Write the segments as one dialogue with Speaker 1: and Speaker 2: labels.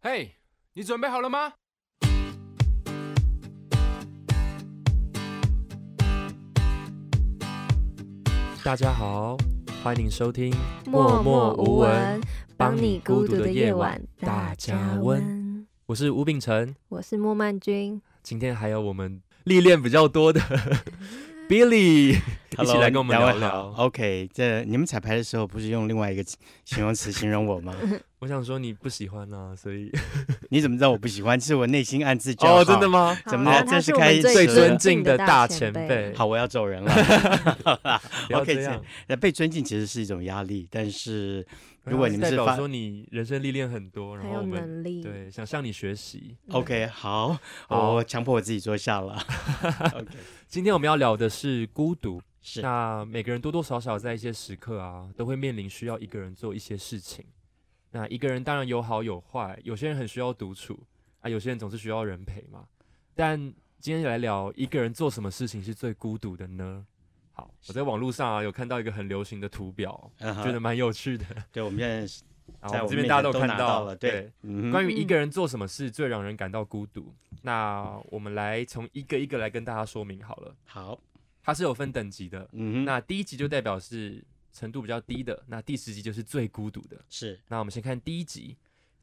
Speaker 1: 嘿、你准备好了吗？
Speaker 2: 大家好，欢迎收听，
Speaker 3: 默默无闻，
Speaker 2: 帮
Speaker 3: 帮
Speaker 2: 你
Speaker 3: 你
Speaker 2: 孤
Speaker 3: 孤
Speaker 2: 独
Speaker 3: 独
Speaker 2: 的
Speaker 3: 的
Speaker 2: 夜
Speaker 3: 夜
Speaker 2: 晚
Speaker 3: 晚，
Speaker 2: 大家温。我是吴秉承。
Speaker 3: 我是莫曼君，
Speaker 2: 今天还有我们历练比较 多的 Billy，一 起
Speaker 4: Hello，
Speaker 2: 来跟我们
Speaker 4: 两
Speaker 2: 聊
Speaker 4: 位好
Speaker 2: 聊。
Speaker 4: 啊 OK，这你们彩排的时候不是用另外一个词形容词形容 我吗？
Speaker 2: 我想说你不喜欢啊，所以
Speaker 4: 你怎么知道我不喜欢？其实我内心暗自叫
Speaker 2: 哦，真的吗？
Speaker 4: 怎么
Speaker 3: 好
Speaker 4: 了
Speaker 3: 那
Speaker 4: 这
Speaker 3: 他
Speaker 4: 是
Speaker 3: 我们
Speaker 4: 开
Speaker 2: 最
Speaker 3: 最
Speaker 2: 尊敬
Speaker 3: 敬
Speaker 2: 的大
Speaker 3: 大
Speaker 2: 前辈啊
Speaker 3: 辈。
Speaker 4: 好，我要走人了。
Speaker 2: 不要
Speaker 4: OK，
Speaker 2: 这样。
Speaker 4: 那被尊敬其实是一种压力，但是如果你们
Speaker 2: 代
Speaker 4: 是
Speaker 2: 表
Speaker 4: 发
Speaker 2: 说你人生历练很多，然
Speaker 3: 很
Speaker 2: 后
Speaker 3: 有
Speaker 2: 我们
Speaker 3: 能力。
Speaker 2: 对想向你学习。
Speaker 3: 嗯
Speaker 4: OK 好，
Speaker 2: 好
Speaker 4: 我强迫我自己坐下 了。OK，
Speaker 2: 今天我们要聊的是孤独，
Speaker 4: 是
Speaker 2: 那每个人多多少少在一些时刻啊，都会面临需要一个人做一些事情。那一个人当然有好有坏，有些人很需要独处啊，有些人总是需要人陪嘛。但今天来聊一个人做什么事情是最孤独的呢？好，我在网络上啊有看到一个很流行的图表，
Speaker 4: 嗯哼
Speaker 2: 觉得蛮有趣 的。
Speaker 4: 对，我们现在是
Speaker 2: 啊，
Speaker 4: 在
Speaker 2: 我们
Speaker 4: 我
Speaker 2: 这边
Speaker 4: 们面
Speaker 2: 大家
Speaker 4: 前
Speaker 2: 有
Speaker 4: 都
Speaker 2: 看
Speaker 4: 拿到了对
Speaker 2: 对，
Speaker 4: 嗯哼
Speaker 2: 关于一
Speaker 3: 嗯
Speaker 2: 个人做什么事最让人感到孤独，那我们来从一个一个来跟大家说明好了。
Speaker 4: 好，
Speaker 2: 它是有分等级的，
Speaker 4: 嗯哼，
Speaker 2: 那第一集就代表是程度比较低的，那第十集就是最孤独的。
Speaker 4: 是
Speaker 2: 那我们先看第一集，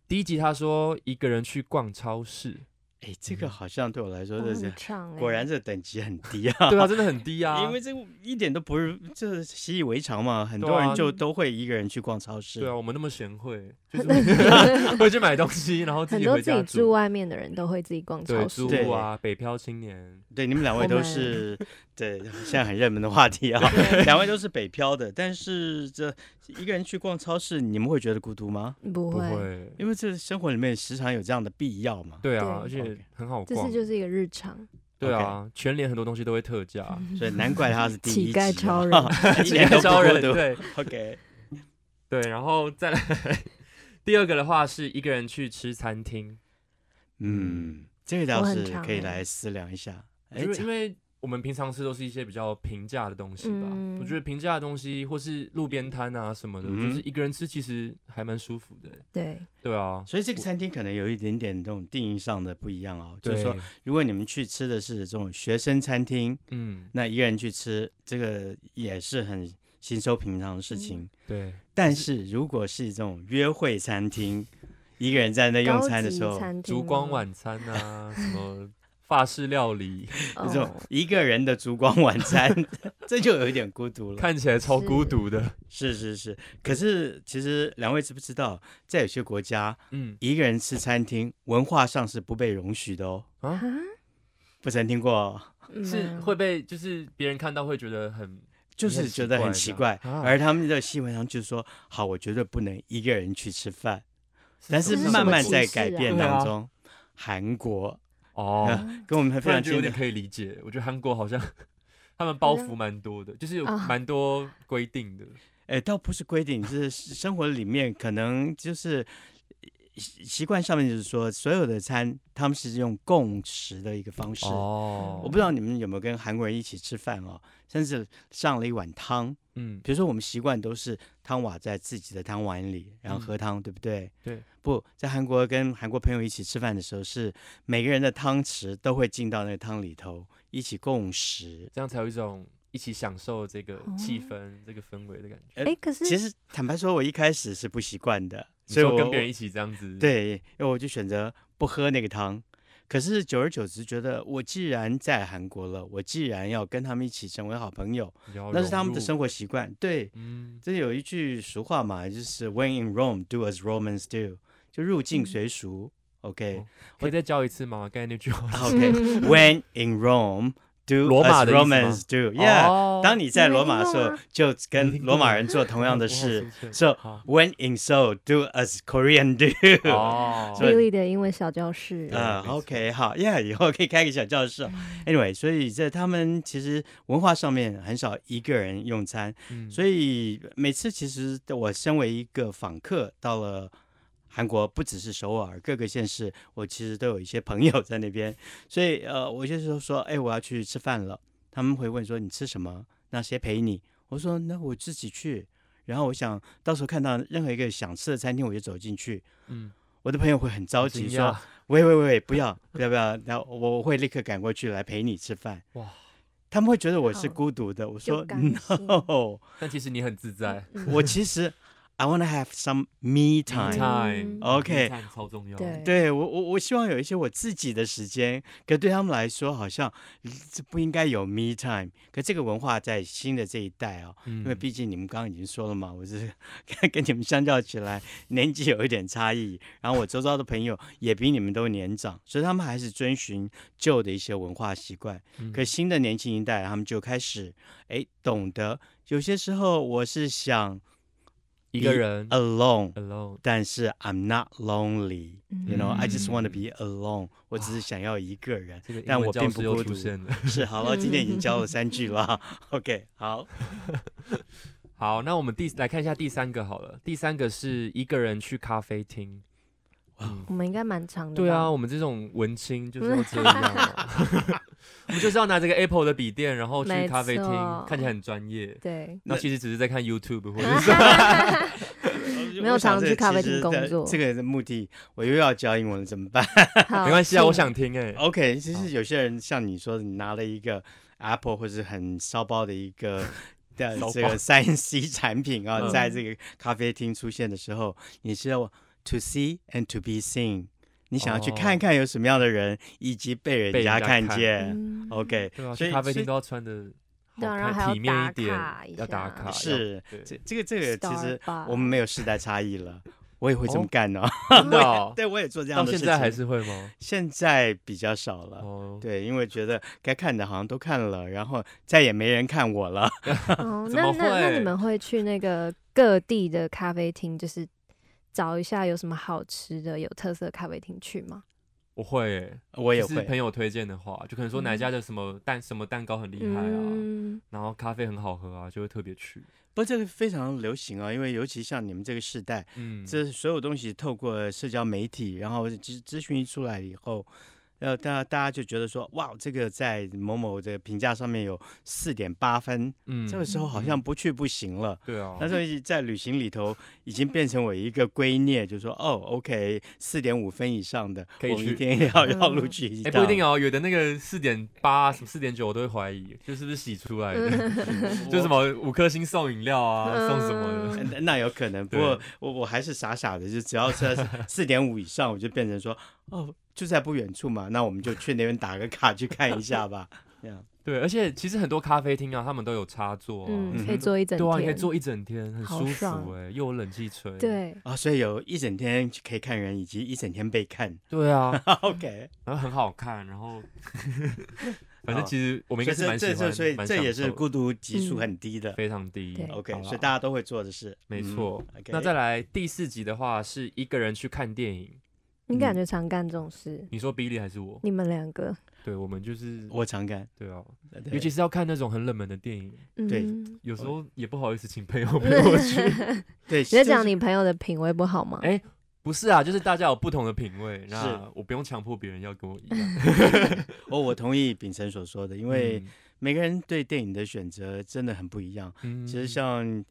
Speaker 2: 第一集他说一个人去逛超 市，
Speaker 4: 哎，这
Speaker 2: 嗯
Speaker 4: 个好像对我来说
Speaker 3: 哦，
Speaker 4: 这
Speaker 3: 很
Speaker 4: 是
Speaker 3: 长欸
Speaker 4: 果然这等级很低啊。
Speaker 2: 对啊，真的很低 啊，
Speaker 4: 因为这一点都不是，这习以为常嘛，很
Speaker 2: 对
Speaker 4: 多
Speaker 2: 啊
Speaker 4: 人就都会一个人去逛超市。
Speaker 2: 对啊，我们那么贤惠，就是 会去买东西，然后自
Speaker 3: 很
Speaker 2: 己
Speaker 3: 多
Speaker 2: 回
Speaker 3: 自
Speaker 2: 家
Speaker 3: 己住
Speaker 2: 煮。
Speaker 3: 外面的人都会自己逛
Speaker 2: 对，
Speaker 3: 超市
Speaker 2: 租。
Speaker 4: 对
Speaker 2: 屋啊，北漂青年，
Speaker 4: 对你们两位
Speaker 3: 我
Speaker 4: 都
Speaker 3: 们
Speaker 4: 是，对，现在很热门的话题啊，两位都是北漂的，但是这一个人去逛超市，你们会觉得孤独吗？
Speaker 3: 不
Speaker 2: 不
Speaker 3: 会，
Speaker 2: 会，
Speaker 4: 因为这生活里面时常有这样的必要嘛。
Speaker 2: 对啊，
Speaker 3: 对
Speaker 2: 而且
Speaker 4: OK
Speaker 2: 很好
Speaker 3: 这
Speaker 2: 逛
Speaker 3: 是，就是一个日常。
Speaker 2: 对啊，全年很多东西都会特 价，
Speaker 4: 所以难怪他是第一
Speaker 3: 乞丐
Speaker 4: 集啊
Speaker 3: 超人，
Speaker 4: 一点都不
Speaker 2: 招人
Speaker 4: 孤独
Speaker 2: 对
Speaker 4: OK，
Speaker 2: 对，然后再来 第二个的话是一个人去吃餐厅，
Speaker 4: 嗯，这个倒
Speaker 3: 我很
Speaker 4: 是
Speaker 3: 常
Speaker 4: 可以
Speaker 3: 欸
Speaker 4: 来思量一下。哎
Speaker 2: 因，为
Speaker 4: 这
Speaker 2: 因为我们平常吃都是一些比较平价的东西吧，我觉
Speaker 3: 嗯
Speaker 2: 得平价的东西或是路边摊啊什么的，
Speaker 4: 嗯
Speaker 2: 就是一个人吃其实还蛮舒服的欸。
Speaker 3: 对，
Speaker 2: 对啊，
Speaker 4: 所以这个餐厅可能有一点点这种定义上的不一样哦，就
Speaker 2: 对，
Speaker 4: 是说，如果你们去吃的是这种学生餐厅，
Speaker 2: 嗯，
Speaker 4: 那一个人去吃，这个也是很稀松平常
Speaker 3: 嗯
Speaker 4: 的事情。
Speaker 2: 对，
Speaker 4: 但是如果是这种约会餐厅，一个人在那用
Speaker 3: 高
Speaker 4: 餐的
Speaker 3: 级
Speaker 4: 时候，
Speaker 3: 餐厅
Speaker 2: 烛光
Speaker 3: 吗
Speaker 2: 晚餐啊，什么法式料理，
Speaker 4: 这种
Speaker 3: 哦
Speaker 4: 一个人的烛光晚餐， 这就有一点孤独了。
Speaker 2: 看起来超孤
Speaker 3: 是
Speaker 2: 独的。
Speaker 4: 是是是，可是其实两位知不知道，在有些国家，
Speaker 2: 嗯
Speaker 4: 一个人吃餐厅文化上是不被容许的哦。
Speaker 2: 啊，
Speaker 4: 不曾听过，哦
Speaker 3: 没
Speaker 2: 是
Speaker 4: 嗯
Speaker 3: 有
Speaker 2: 会被就是别人看到会觉得很
Speaker 4: 就是觉得很奇怪。
Speaker 2: 啊
Speaker 4: 而他们的新闻上就说：“好，我绝对不能一个人去吃饭。”但
Speaker 2: 什
Speaker 4: 是
Speaker 3: 这
Speaker 2: 么
Speaker 3: 是什
Speaker 4: 慢
Speaker 3: 么
Speaker 4: 慢
Speaker 3: 歧
Speaker 4: 在
Speaker 3: 视
Speaker 4: 改
Speaker 3: 啊
Speaker 4: 变
Speaker 2: 对啊
Speaker 4: 当中，韩国
Speaker 2: 哦，
Speaker 4: 跟我们
Speaker 2: 突
Speaker 4: 非常
Speaker 2: 然就有
Speaker 4: 近
Speaker 2: 点
Speaker 4: 的，
Speaker 2: 可以理解。我觉得韩国好像 他们包袱蛮多的，就是有
Speaker 3: 啊
Speaker 2: 蛮多规定的。
Speaker 4: 哎，倒不是规定，是生活里面可能就是习习惯上面，就是说所有的餐他们是用共食的一个方式。
Speaker 2: 哦
Speaker 4: 我不知道你们有没有跟韩国人一起吃饭哦，甚至上了一碗汤。
Speaker 2: 嗯，
Speaker 4: 比如说我们习惯都是汤瓦在自己的汤碗里，然后
Speaker 2: 嗯
Speaker 4: 喝汤，对不对？
Speaker 2: 对。
Speaker 4: 不在韩国跟韩国朋友一起吃饭的时候，是每个人的汤匙都会进到那个汤里头，一起共食。
Speaker 2: 这样才有一种一起享受这个气氛、这个氛围的感觉。
Speaker 4: 呃
Speaker 3: 哎，可是
Speaker 4: 其实坦白说，我一开始是不习惯的，
Speaker 2: 嗯你
Speaker 4: 所以
Speaker 2: 说
Speaker 4: 我
Speaker 2: 跟别人一起这样子，，
Speaker 4: 对，因为我就选择不喝那个汤。可是久而久之，觉得我既然在韩国了，我既然要跟他们一起成为好朋友，那是他们的生
Speaker 2: 活。
Speaker 4: 活习惯。对，
Speaker 2: 嗯，
Speaker 4: 这有一句俗话嘛，就是 “When in Rome, do as Romans do”，就入境
Speaker 3: 嗯
Speaker 4: 随俗。OK，OK，When、
Speaker 2: 可以再教一次吗？刚才那句话。
Speaker 3: 嗯
Speaker 4: When in Rome, do
Speaker 2: 哦罗马
Speaker 4: as
Speaker 2: 的意思吗
Speaker 4: Romans do。Yeah，、
Speaker 2: 哦
Speaker 4: 当你在
Speaker 3: 你没
Speaker 4: 罗马的时
Speaker 3: 听过
Speaker 4: 候
Speaker 3: 吗，
Speaker 4: 就
Speaker 2: 没
Speaker 4: 跟
Speaker 2: 听
Speaker 4: 罗马
Speaker 2: 过
Speaker 4: 人做同样的
Speaker 2: 哦
Speaker 4: 事。。So
Speaker 2: 好
Speaker 4: when in Seoul, do as Korean do。
Speaker 2: 哦，
Speaker 4: 所以
Speaker 3: Billy 的英文小教室
Speaker 2: 对
Speaker 4: 嗯
Speaker 2: 没错
Speaker 4: ，OK，好，Yeah，以后可以开个小教室哦。Anyway，所以在他们其实文化上面很少一个人用餐，所
Speaker 2: 以
Speaker 4: 以呃每次其实我身为一个访客到了。韩国不只是首尔，各个县市，我其实都有一些朋友在那边，所以呃，我就是说，哎，我要去吃饭了，他们会问说你吃什么？那谁陪你？我说那我自己去。然后我想到时候看到任何一个想吃的餐厅，我就走进去，
Speaker 2: 嗯，
Speaker 4: 我的朋友会很着急
Speaker 2: 惊
Speaker 4: 说
Speaker 2: 讶，
Speaker 4: 喂喂喂，不要不要不要，然后我我会立刻赶过去来陪你吃饭。
Speaker 2: 哇！
Speaker 4: 他们会觉得我是
Speaker 3: 好
Speaker 4: 孤独的。我说
Speaker 3: 就甘心
Speaker 4: no，
Speaker 2: 但其实你很自在
Speaker 4: 我其实 I wanna have some me time。
Speaker 2: ，time
Speaker 3: 嗯
Speaker 4: OK，
Speaker 2: time 超重要，
Speaker 3: 对
Speaker 4: 对我我我希望有一些我自己的时间，可对他们来说好像嗯这不应该有 me time。可这个文化在新的这一代哦，
Speaker 2: 嗯
Speaker 4: 因为毕竟你们刚刚已经说了嘛，我是 跟跟你们相较起来年纪有一点差异，然后我周遭的朋友也比你们都年长，所以他们还是遵循旧的一些文化习惯。
Speaker 2: 嗯
Speaker 4: 可新的年轻一代，他们就开始哎懂得，有些时候我是想
Speaker 2: 一个人
Speaker 4: alone，
Speaker 2: alone，
Speaker 4: 但是 I'm not lonely。You know, I just want
Speaker 2: 嗯
Speaker 4: to be alone. 我只是想要一 个人
Speaker 2: 这个，英
Speaker 4: 但
Speaker 2: 文
Speaker 4: 我
Speaker 2: 教
Speaker 4: 并
Speaker 2: 师
Speaker 4: 不
Speaker 2: 又
Speaker 4: 孤
Speaker 2: 出
Speaker 4: 独。
Speaker 2: 现了。
Speaker 4: 是，好了，今天已经教了三句了。OK，好，
Speaker 2: 好，那我们第来看一下第三个好了。第三个是一个人去咖啡厅。嗯
Speaker 3: 我们应该蛮长的。
Speaker 2: 对啊，，我们这种文青就是要这样 啊、 我们就是要拿这个 Apple 的笔电，然后去
Speaker 3: 没
Speaker 2: 咖啡厅
Speaker 3: 错，
Speaker 2: 看起来很专业。
Speaker 3: 对，
Speaker 2: 那
Speaker 4: 那
Speaker 2: 其实只是在看 YouTube 或者是
Speaker 4: 没
Speaker 3: 有常去咖啡厅工作
Speaker 4: 这个的目的我又要教英文了，怎么办
Speaker 3: 好
Speaker 2: 没关系啊，
Speaker 3: 请
Speaker 2: 我想听哎、
Speaker 4: ？OK，其实有些人像你说的，你拿了一个 Apple 或是很骚包的一 个的
Speaker 2: 骚
Speaker 4: 这
Speaker 2: 包
Speaker 4: 个三 C 产品啊，
Speaker 2: 嗯
Speaker 4: 在这个咖啡厅出现的时候，你是要 to see and to be seen，你想要去
Speaker 2: 哦
Speaker 4: 看看有什么样的人，以及被
Speaker 2: 被人
Speaker 4: 人家
Speaker 2: 家
Speaker 4: 看
Speaker 2: 看
Speaker 4: 见。
Speaker 3: 嗯
Speaker 4: OK，
Speaker 2: 对啊，
Speaker 4: 所
Speaker 2: 去
Speaker 4: 以
Speaker 2: 咖啡
Speaker 4: 所以
Speaker 2: 厅都要穿的好
Speaker 3: 对啊然后还
Speaker 2: 看，
Speaker 3: 要
Speaker 2: 体面
Speaker 3: 打
Speaker 2: 一点
Speaker 3: 卡一，
Speaker 2: 要打
Speaker 3: 下
Speaker 2: 卡。
Speaker 4: 是
Speaker 2: 要对
Speaker 4: 这这个这个其实
Speaker 3: Starbucks
Speaker 4: 我们没有世代差异了，我也会这么
Speaker 2: 哦
Speaker 4: 干哦。
Speaker 2: 真的哦、
Speaker 4: 对，我也做这样
Speaker 2: 到
Speaker 4: 的事
Speaker 2: 现
Speaker 4: 情。
Speaker 2: 在还是会吗？
Speaker 4: 现在比较少了。
Speaker 2: 哦，
Speaker 4: 对，因为觉得该看的好像都看了，然后再也没人看我了。
Speaker 3: 哦，
Speaker 2: 怎
Speaker 3: 那
Speaker 2: 么
Speaker 3: 那那
Speaker 2: 会
Speaker 3: 你们会去那个各地的咖啡厅，就是找一下有什么好吃的、有特色的咖啡厅去吗？
Speaker 2: 我会、欸，
Speaker 4: 我也
Speaker 2: 就是朋
Speaker 4: 会，
Speaker 2: 友推荐的话，就可能说哪一家的什么蛋、什么蛋糕很厉害啊，
Speaker 3: 嗯，
Speaker 2: 然后咖啡很好喝啊，就会特别去。
Speaker 4: 不过这个非常流行啊，因为尤其像你们这个世代，
Speaker 2: 嗯，
Speaker 4: 这所有东西透过社交媒体，然后资资讯一出来以后，呃，大家大家就觉得说，哇，这个在某某的评价上面有四点八分，
Speaker 2: 嗯
Speaker 4: 这个时候好像不去不行了。
Speaker 2: 对啊，
Speaker 4: 那所以在旅行里头已经变成我一个圭臬，就说哦，OK，四点五分以上的，
Speaker 2: 可以
Speaker 4: 我们
Speaker 2: 去
Speaker 4: 一定要
Speaker 3: 嗯
Speaker 4: 要录取一
Speaker 2: 哎、
Speaker 4: 档。
Speaker 2: 不一 定哦，有的那个四点八、什么四点九，我都会怀疑，就是不是洗出来的，
Speaker 3: 嗯
Speaker 2: 就什么五颗星送饮料啊，送什么的。
Speaker 4: 呃那那有可能，不
Speaker 2: 对
Speaker 4: 过我我还是傻傻的，就只要是四点五以上，我就变成说哦，就在不远处嘛，那我们就去那边打个卡去看一 下吧。这样
Speaker 2: 对，而且其实很多咖啡厅啊，他们都有插座、啊，
Speaker 3: 嗯，可以
Speaker 4: 嗯
Speaker 3: 坐一整
Speaker 2: 对啊，
Speaker 3: 天，
Speaker 2: 你可以坐一整天，很
Speaker 3: 好
Speaker 2: 舒
Speaker 3: 爽
Speaker 2: 服哎、又有冷气吹。，
Speaker 3: 对，
Speaker 4: 啊、所以有一整天可以看人，以及一整天被看。
Speaker 2: 对啊，
Speaker 4: OK，
Speaker 2: 然后很好看，然 后反
Speaker 4: 好
Speaker 2: 正其实我们应该是
Speaker 4: 所以
Speaker 2: 蛮喜
Speaker 4: 这
Speaker 2: 欢，
Speaker 4: 这所以
Speaker 2: 蛮
Speaker 4: 这也
Speaker 2: 享
Speaker 4: 是
Speaker 2: 受的
Speaker 4: 孤独级数
Speaker 3: 嗯
Speaker 4: 很低的。
Speaker 2: 非常低。
Speaker 3: 对
Speaker 4: OK，
Speaker 2: 好啦啊
Speaker 4: 所以大家都会做的事。
Speaker 2: 没
Speaker 4: 嗯
Speaker 2: 错。
Speaker 4: OK
Speaker 2: 那再来第四集的话，是一个人去看电影。
Speaker 3: 你感觉常干这种事？
Speaker 2: 你说比利还是我？
Speaker 3: 你们两个，
Speaker 2: 对，我们就是
Speaker 4: 我常干，
Speaker 2: 对啊，
Speaker 4: 对哦
Speaker 2: 尤其是要看那种很冷门的电影，
Speaker 4: 对
Speaker 3: 嗯，
Speaker 2: 有时候也不好意思请 朋友陪我去。
Speaker 4: 对，
Speaker 3: 你在
Speaker 4: 这
Speaker 3: 讲
Speaker 4: 是
Speaker 3: 你朋友的品味不好吗？、
Speaker 2: 哎，不是啊，就是大家有不同的品味，那我不用强迫别人要跟我一样。
Speaker 4: 哦，我同意秉承所说的，因 为
Speaker 2: 嗯，
Speaker 4: 每个人对电影的选择真的很不一样。
Speaker 2: 嗯
Speaker 4: 其实像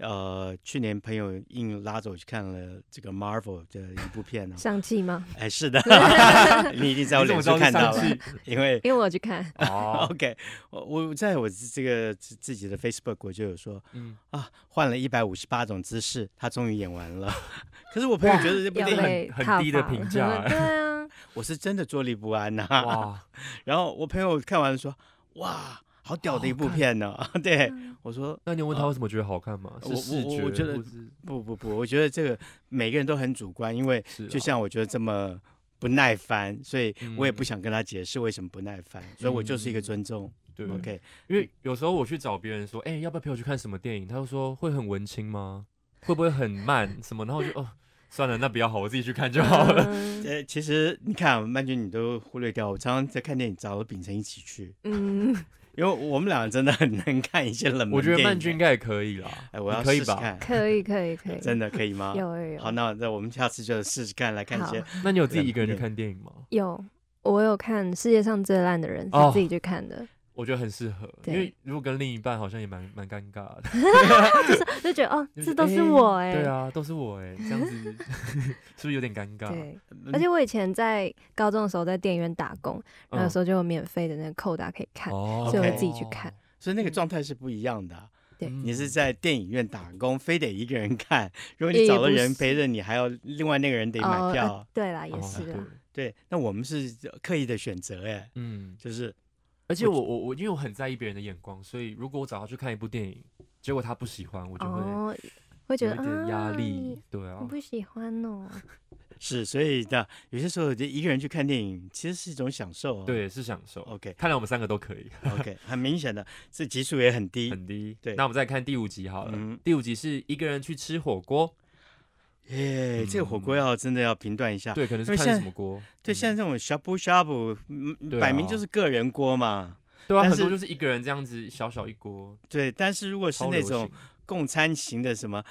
Speaker 4: 呃，去年朋友硬拉着我去看了这个 Marvel 的一部片呢
Speaker 3: 上气吗？
Speaker 4: 哎，是的， 你一定在我
Speaker 2: 你怎
Speaker 4: 脸
Speaker 2: 么知道是
Speaker 4: 上看到
Speaker 2: 上
Speaker 4: 了，因为
Speaker 3: 因为我有 去看，
Speaker 2: 哦，
Speaker 4: OK，我我在我这个自自己的 Facebook 我就有说
Speaker 2: 嗯，
Speaker 4: 啊，换了一百五十八种姿势，他终于演完 了。可是我朋友觉得这 部
Speaker 3: 要
Speaker 4: 电影，
Speaker 3: 被
Speaker 2: 很
Speaker 3: 踏
Speaker 2: 低的
Speaker 3: 伐
Speaker 2: 评价哎
Speaker 3: 对啊，
Speaker 4: 我是真的坐立不 安呐、
Speaker 2: 哇，
Speaker 4: 然后我朋友看完说：“哇，好屌的一部片呢、 对，
Speaker 3: 嗯
Speaker 4: 我说
Speaker 2: 那你有问他为什么觉得好看吗？
Speaker 4: 我
Speaker 2: 是视
Speaker 4: 我
Speaker 2: 觉，
Speaker 4: 我觉得
Speaker 2: 或是
Speaker 4: 不不不，我觉得这个每个人都很主观，因为
Speaker 2: 是啊
Speaker 4: 就像我觉得这么不耐烦，所以我也
Speaker 2: 嗯
Speaker 4: 不想跟他解释为什么不耐烦，所以我就是一个尊重。
Speaker 2: 对
Speaker 4: OK，
Speaker 2: 因为有时候我去找别人说，哎、要不要陪我去看什么电影？他就说会很文青吗？会不会很慢什么？然后我就哦，算了，那比较好，我自己去看就 好了。
Speaker 3: 嗯
Speaker 4: 呃，其实你看啊，曼君你都忽略掉，我常常在看电影找了秉承一起去，
Speaker 3: 嗯，
Speaker 4: 因为我们俩真的很能看一些冷门
Speaker 2: 我觉得
Speaker 4: 电
Speaker 2: 曼
Speaker 4: 影
Speaker 2: 君应，该也可以啦，
Speaker 4: 哎，我
Speaker 2: 你
Speaker 4: 要
Speaker 2: 可以
Speaker 4: 试试
Speaker 2: 吧？
Speaker 4: 看，
Speaker 3: 可以可以可以，
Speaker 4: 真的可以吗？
Speaker 3: 有有有
Speaker 4: 好，那那我们下次就试试看，来看一些
Speaker 3: 好
Speaker 2: 那你有自己一个人去看电影吗？
Speaker 3: 有，我有看《世界上最烂的人》，
Speaker 2: 哦
Speaker 3: 是自己去看的。
Speaker 2: 我觉得很适合，因
Speaker 3: 对
Speaker 2: 为如果跟另一半好像也蛮蛮尴尬 的。
Speaker 3: 就觉得哦，
Speaker 2: 就
Speaker 3: 这
Speaker 2: 是
Speaker 3: 都是
Speaker 2: 诶
Speaker 3: 我哎、
Speaker 2: 对啊，都是我 哎、这样子是不是有点尴尬？
Speaker 3: 对
Speaker 4: 嗯
Speaker 3: 而且我以前在高中的时候在电影院打工，
Speaker 2: 嗯
Speaker 3: 那时候就有免费的那个扣打可以看，
Speaker 2: 哦嗯
Speaker 3: 所以我
Speaker 4: OK
Speaker 3: 自己去看。
Speaker 4: 所以
Speaker 3: 嗯
Speaker 4: 那个状态是不一样的啊、
Speaker 3: 对
Speaker 4: 你
Speaker 2: 你
Speaker 4: 是在电影院打工，非得一个人看。如果你找了人陪着你，还要另外那个人得买
Speaker 3: 哦
Speaker 4: 票。
Speaker 3: 呃对啦，也
Speaker 2: 哦
Speaker 3: 是啦，
Speaker 4: 对，那我们是呃刻意的选择，哎，
Speaker 2: 嗯，
Speaker 4: 就是
Speaker 2: 而且我我我因为我很在意别人的眼光，所以如果我找他去看一部电影，结果他不喜欢，我就会
Speaker 3: 哦，会觉
Speaker 2: 有
Speaker 3: 得
Speaker 2: 一点
Speaker 3: 啊，
Speaker 2: 压
Speaker 3: 你
Speaker 2: 力。对啊
Speaker 3: 你，不喜欢 哦，
Speaker 4: 是，所以的有些时候就一个人去看电影，其实是一种享受、哦。
Speaker 2: 对，是享受。
Speaker 4: ，OK
Speaker 2: 看来我们三个都可以，
Speaker 4: OK，很明显的，这级数也很低。
Speaker 2: 很低。
Speaker 4: 对
Speaker 2: 那我们再看第五集好了。
Speaker 4: 嗯
Speaker 2: 第五集是一个人去吃火锅，
Speaker 4: 耶，哎这个火锅
Speaker 2: 嗯
Speaker 4: 要真的要评断一下。
Speaker 2: 对，可能
Speaker 4: 啊因
Speaker 2: 是
Speaker 4: 为
Speaker 2: 看是
Speaker 4: 现在
Speaker 2: 什么锅？
Speaker 4: 对，
Speaker 2: 嗯
Speaker 4: 像这种 shabu shabu，嗯
Speaker 2: 对
Speaker 4: 摆
Speaker 2: 啊
Speaker 4: 明就是个人锅嘛。
Speaker 2: 对啊，
Speaker 4: 但
Speaker 2: 很多
Speaker 4: 是
Speaker 2: 就是一个人这样子小小一锅，
Speaker 4: 对，但是如果是
Speaker 2: 超
Speaker 4: 那
Speaker 2: 流
Speaker 4: 种
Speaker 2: 行
Speaker 4: 共餐型的什么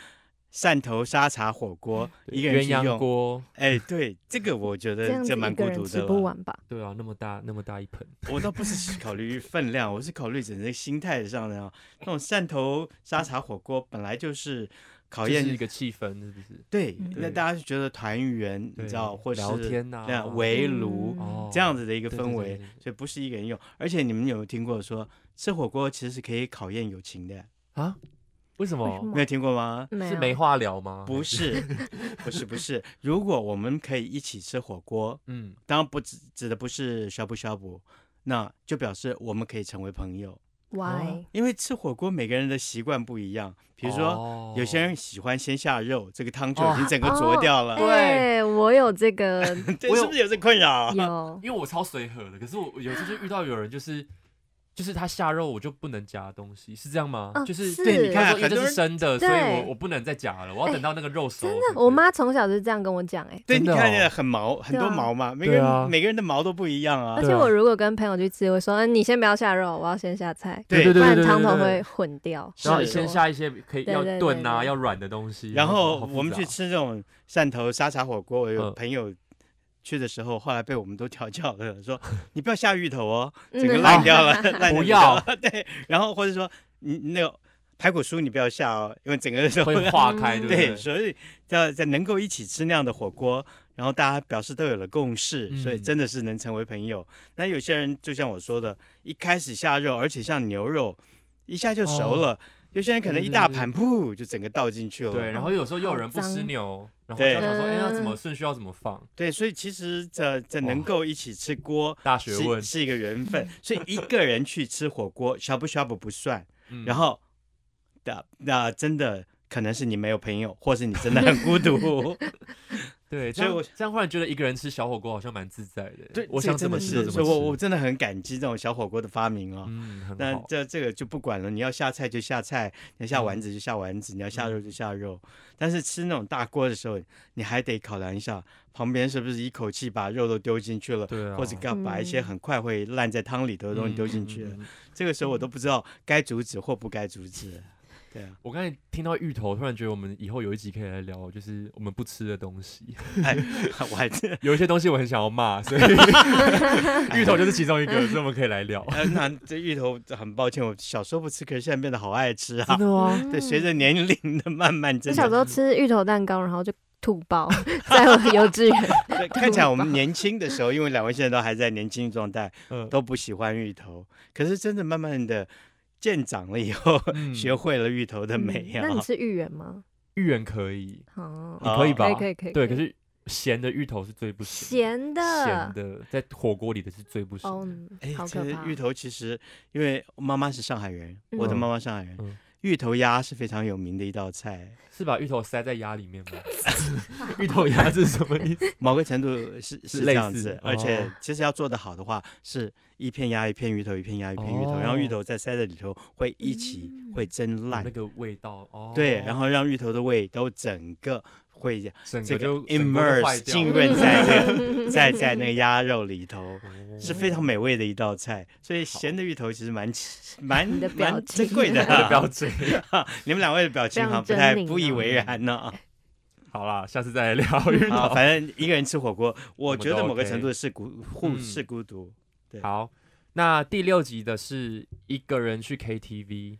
Speaker 4: 汕头沙茶火锅，一个
Speaker 2: 嗯
Speaker 4: 人
Speaker 2: 鸳
Speaker 4: 去
Speaker 2: 鸯
Speaker 4: 用，
Speaker 2: 锅，
Speaker 4: 哎，对，这个我觉
Speaker 3: 这
Speaker 4: 得
Speaker 3: 样子
Speaker 4: 这蛮
Speaker 3: 一
Speaker 4: 孤
Speaker 3: 个人
Speaker 4: 独
Speaker 3: 吃
Speaker 4: 的
Speaker 3: 不
Speaker 4: 了。
Speaker 3: 完吧？
Speaker 2: 对啊，那么大那么大一盆，
Speaker 4: 我倒不是考虑分量，我是考虑整个心态上的啊。那种汕头沙茶火锅本来就是考
Speaker 2: 就是
Speaker 4: 验
Speaker 2: 一个气氛，是不是？
Speaker 4: 对
Speaker 3: 嗯，
Speaker 4: 那
Speaker 2: 对
Speaker 4: 大家就觉得团圆，你
Speaker 2: 对
Speaker 4: 知道，或是
Speaker 2: 聊天呐
Speaker 4: 那样围炉
Speaker 3: 嗯
Speaker 2: 哦
Speaker 4: 这样子的一个
Speaker 2: 对对
Speaker 4: 氛
Speaker 2: 对
Speaker 4: 围
Speaker 2: 对对，
Speaker 4: 所以不是一个人用。而且你们有没有听过说吃火锅其实是可以考验友情的，
Speaker 2: 啊？为什
Speaker 3: 为什
Speaker 2: 么？
Speaker 4: 没有
Speaker 3: 么？
Speaker 4: 听过吗？
Speaker 3: 没
Speaker 2: 是没哦
Speaker 3: 有，
Speaker 2: 话聊吗？
Speaker 4: 不
Speaker 2: 还，
Speaker 4: 是，不是，不是。如果我们可以一起吃火锅，
Speaker 2: 嗯，
Speaker 4: 当然不指指的不是呷哺呷哺，那就表示我们可以成为朋友。
Speaker 3: why？
Speaker 4: 因为吃火锅每个人的习惯不一样，比如说
Speaker 2: 说
Speaker 4: 有些人喜欢先下肉，这个汤就已
Speaker 2: 哦
Speaker 4: 经整个
Speaker 3: 哦
Speaker 4: 浊掉了。
Speaker 2: 对
Speaker 3: 哎，我有这个
Speaker 4: 对，
Speaker 2: 我
Speaker 4: 是
Speaker 2: 有
Speaker 4: 不是有这 困扰？
Speaker 3: 有，
Speaker 2: 因为我超随和的，可是我我有时候就遇到有人就是。就是他下肉我就不能夹东西，是这样吗？
Speaker 3: 哦
Speaker 2: 就是
Speaker 3: 是
Speaker 4: 对你看
Speaker 2: 他说
Speaker 4: 哎
Speaker 2: 因
Speaker 4: 很
Speaker 2: 为这
Speaker 4: 多
Speaker 2: 是
Speaker 4: 人
Speaker 2: 生的，所以
Speaker 3: 对
Speaker 2: 我我不能再夹了，我要
Speaker 3: 哎
Speaker 2: 等到那个肉熟。
Speaker 3: 真
Speaker 2: 才
Speaker 3: 的，
Speaker 2: 可以
Speaker 3: 我妈从小就这样跟我讲，哎，
Speaker 4: 对，
Speaker 2: 真
Speaker 4: 你
Speaker 2: 的
Speaker 4: 看
Speaker 2: 哦
Speaker 4: 起来很毛，很
Speaker 3: 对
Speaker 4: 多
Speaker 3: 啊
Speaker 4: 毛嘛，每个
Speaker 2: 对
Speaker 4: 人、
Speaker 2: 啊
Speaker 4: 每个人的毛都不一样啊
Speaker 3: 而。
Speaker 2: 对
Speaker 3: 且
Speaker 2: 啊
Speaker 3: 我如果跟朋友去吃，我说，嗯，你先不要下肉，我要先下菜，
Speaker 4: 对
Speaker 2: 对
Speaker 3: 不
Speaker 2: 对对
Speaker 3: 然
Speaker 2: 对，
Speaker 3: 汤头
Speaker 2: 对
Speaker 3: 会。混掉。
Speaker 2: 然后
Speaker 4: 是
Speaker 2: 先下一些可以
Speaker 3: 对
Speaker 2: 要
Speaker 3: 对对
Speaker 2: 炖啊，
Speaker 3: 对
Speaker 2: 要软的东西。
Speaker 4: 然后
Speaker 2: 好复
Speaker 4: 我们
Speaker 2: 杂啊
Speaker 4: 去吃这种汕头沙茶火锅，我有
Speaker 2: 嗯
Speaker 4: 朋友去的时候，后来被我们都调教了，说你不要下芋头哦，
Speaker 3: 嗯
Speaker 4: 整个烂掉了，烂
Speaker 2: 不
Speaker 4: 掉
Speaker 2: 要
Speaker 4: 对，然后或者说你那个排骨酥你不要下哦，因为整个时候
Speaker 2: 会化开，对
Speaker 3: 嗯
Speaker 2: 不
Speaker 4: 对，
Speaker 2: 对？
Speaker 4: 所以要在能够一起吃那样的火锅，然后大家表示都有了共识，所以
Speaker 2: 嗯
Speaker 4: 真的是能成为朋友。那有些人就像我说的，一开始下肉，而且像牛肉，一下就熟
Speaker 2: 哦
Speaker 4: 了；有些人可能一
Speaker 2: 对对
Speaker 4: 大
Speaker 2: 对
Speaker 4: 盘噗就整个倒进去了。
Speaker 2: 对，然后有时候又有人不
Speaker 3: 好
Speaker 2: 吃
Speaker 3: 脏
Speaker 2: 牛，然后
Speaker 4: 对
Speaker 2: 就想说，哎，
Speaker 3: 嗯
Speaker 2: 要怎么顺序要怎么放？
Speaker 4: 对所以其实这这能
Speaker 2: 哇
Speaker 4: 够一起吃锅。
Speaker 2: 大学
Speaker 4: 是
Speaker 2: 问。
Speaker 4: 是一个缘分，所以一个人去吃火锅，呷不呷不不算。
Speaker 2: 嗯
Speaker 4: 然后，那那真的可能是你没有朋友，或是你真的很孤 独。
Speaker 2: 对，这
Speaker 4: 所以
Speaker 2: 样
Speaker 4: 我
Speaker 2: 这样忽然觉得一个人吃小火锅好像蛮自在的。
Speaker 4: 对，
Speaker 2: 我
Speaker 4: 这
Speaker 2: 想
Speaker 4: 真
Speaker 2: 怎
Speaker 4: 的
Speaker 2: 么
Speaker 4: 是，
Speaker 2: 吃就
Speaker 4: 所
Speaker 2: 怎
Speaker 4: 以我我
Speaker 2: 么吃。
Speaker 4: 真的很感激这种小火锅的发明哦。
Speaker 2: 嗯，很
Speaker 4: 那
Speaker 2: 好。
Speaker 4: 这这个就不管了，你要下菜就下菜，你要下
Speaker 2: 嗯
Speaker 4: 丸子就下丸子，你要下肉就下肉。但是吃那种大锅的时候，你还得考量一下旁边是不是一口气把肉都丢进去了，
Speaker 2: 对啊，
Speaker 4: 或者要把一些
Speaker 3: 嗯
Speaker 4: 很快会烂在汤里头的东西丢进去了。
Speaker 2: 嗯嗯嗯嗯
Speaker 4: 这个时候我都不知道该阻止或不该阻止。 对啊，
Speaker 2: 我刚才听到芋头，突然觉得我们以后有一集可以来聊，就是我们不吃的东西。
Speaker 4: 哎，我还真
Speaker 2: 有一些东西我很想要骂， 所以芋头就是其中一个，所以我们可以来聊。
Speaker 4: 呃那这芋头很抱歉，我小时候不吃，可是现在变得 好爱吃啊
Speaker 2: 真。的吗？
Speaker 3: 嗯
Speaker 4: 对，随着年龄的慢慢
Speaker 3: 我
Speaker 4: 增
Speaker 3: 小
Speaker 4: 长
Speaker 3: 时，候吃芋头蛋糕，然后就吐爆， 在我幼稚 园。
Speaker 4: 对，看起来我们年轻的时候，因为两位现在都还在年轻状态，
Speaker 2: 嗯，
Speaker 4: 都不喜欢芋头。可是真的慢慢的渐长了以后，
Speaker 2: 嗯
Speaker 4: 学会了芋头的美
Speaker 3: 嗯
Speaker 4: 啊
Speaker 3: 那。你吃芋圆吗？
Speaker 2: 芋圆可以，
Speaker 3: 哦，
Speaker 2: 你可以吧？
Speaker 3: 可以可以可以。
Speaker 2: 对，可是咸的芋头是最不行的。
Speaker 3: 咸的，
Speaker 2: 咸的，在火锅里的是最不行
Speaker 3: 哦
Speaker 2: 的。，
Speaker 4: 哎
Speaker 3: 嗯，好
Speaker 4: 其
Speaker 3: 可
Speaker 4: 实
Speaker 3: 怕。
Speaker 4: 芋头其实，因为妈妈是上海人，我的
Speaker 2: 嗯
Speaker 4: 妈妈上海人，
Speaker 2: 嗯
Speaker 4: 芋头鸭是非常有名的一道菜。
Speaker 2: 是把芋头塞在鸭里面 吗？芋头鸭是什么意思？
Speaker 4: 某个程度是
Speaker 2: 是
Speaker 4: 是这
Speaker 2: 类
Speaker 4: 样
Speaker 2: 似
Speaker 4: 子
Speaker 2: 的，
Speaker 4: 而且
Speaker 2: 哦
Speaker 4: 其实要做得好的话，是一片鸭一片芋头，一片鸭一片芋头，然后芋
Speaker 2: 哦
Speaker 4: 头再塞在里头会一起
Speaker 3: 嗯
Speaker 4: 会蒸烂
Speaker 2: 那，个味道哦，
Speaker 4: 对，然后让芋头的味都整个会
Speaker 2: 整
Speaker 4: 这
Speaker 2: 个
Speaker 4: 个
Speaker 2: 就整个都坏
Speaker 4: immerse
Speaker 2: 掉
Speaker 4: 浸
Speaker 2: 了
Speaker 4: 润在这个在在那个鸭肉里头，
Speaker 2: 哦
Speaker 4: 是非常美味的一道菜。所以咸的芋头其实蛮蛮
Speaker 3: 你的表
Speaker 4: 蛮
Speaker 3: 情
Speaker 4: 珍贵的
Speaker 2: 我的
Speaker 4: 啊、
Speaker 2: 表情。
Speaker 4: 你们两位的表情好像不太不以为然 呢、啊。
Speaker 2: 好啦，下次再来 聊芋
Speaker 4: 啊，
Speaker 2: 头。
Speaker 4: 反正一个人吃火锅，
Speaker 2: 我
Speaker 4: 我
Speaker 2: 们
Speaker 4: 觉
Speaker 2: 都
Speaker 4: 得某个
Speaker 2: OK
Speaker 4: 程度是孤互
Speaker 2: 嗯
Speaker 4: 是孤独。
Speaker 2: 好，那第六集的是一个人去 KTV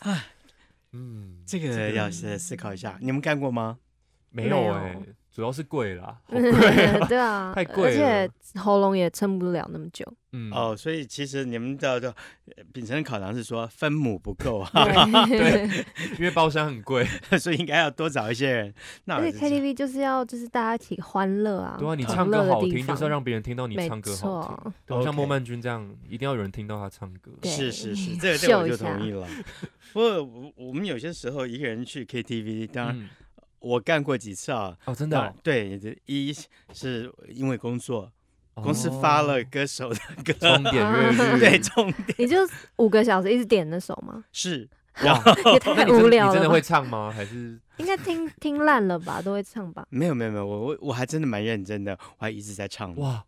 Speaker 4: 啊，
Speaker 2: 嗯，
Speaker 4: 这个要是思考一下，你们干过吗？
Speaker 2: 没有
Speaker 3: 没有
Speaker 2: 哎、主要是贵啦， 好贵啊，
Speaker 3: 对啊，
Speaker 2: 太贵
Speaker 3: 而且
Speaker 2: 了
Speaker 3: 喉咙也撑不了那 么久。
Speaker 2: 嗯，
Speaker 4: 哦，所以其实你们的的秉承的考量是说分母不够啊，
Speaker 3: 对，
Speaker 2: 因为包厢很贵，
Speaker 4: 所以应该要多找一些人。那我
Speaker 3: 而
Speaker 4: 就
Speaker 3: 且
Speaker 4: 知道
Speaker 3: KTV 就是要就是大家一起欢乐啊，
Speaker 2: 对啊，你
Speaker 3: 同
Speaker 2: 唱
Speaker 3: 乐
Speaker 2: 歌
Speaker 3: 的
Speaker 2: 好
Speaker 3: 地
Speaker 2: 听就是要
Speaker 3: 方
Speaker 2: 让别人听到你
Speaker 3: 没
Speaker 2: 唱歌好听，
Speaker 3: 错，
Speaker 2: 对啊像
Speaker 4: OK
Speaker 2: 莫曼君这样，一定要有人听到他唱歌，
Speaker 3: 对
Speaker 4: 是 是是，这个这个
Speaker 3: 秀
Speaker 4: 我
Speaker 3: 一
Speaker 4: 就
Speaker 3: 下
Speaker 4: 同 意了。不过我我们有些时候一个人去 KTV，当然
Speaker 2: 嗯，
Speaker 4: 我干过几次啊。
Speaker 2: 哦，真的
Speaker 4: 当
Speaker 2: 哦、
Speaker 4: 然对，这一是因为工作，
Speaker 2: 哦
Speaker 4: 公司发了歌手的歌，
Speaker 2: 重点乐日，
Speaker 4: 对，重点
Speaker 3: 你就五个小时一直点那首吗？
Speaker 4: 是
Speaker 3: 也 太
Speaker 2: 那你真
Speaker 3: 无
Speaker 2: 的
Speaker 3: 聊
Speaker 2: 你真
Speaker 3: 了
Speaker 2: 的会
Speaker 3: 吧，
Speaker 2: 唱吗？还 是
Speaker 3: 应该听听烂了吧，都会唱吧。
Speaker 4: 没有没有没有，我我我还真的蛮认真的，我还一直在唱。
Speaker 2: 哇，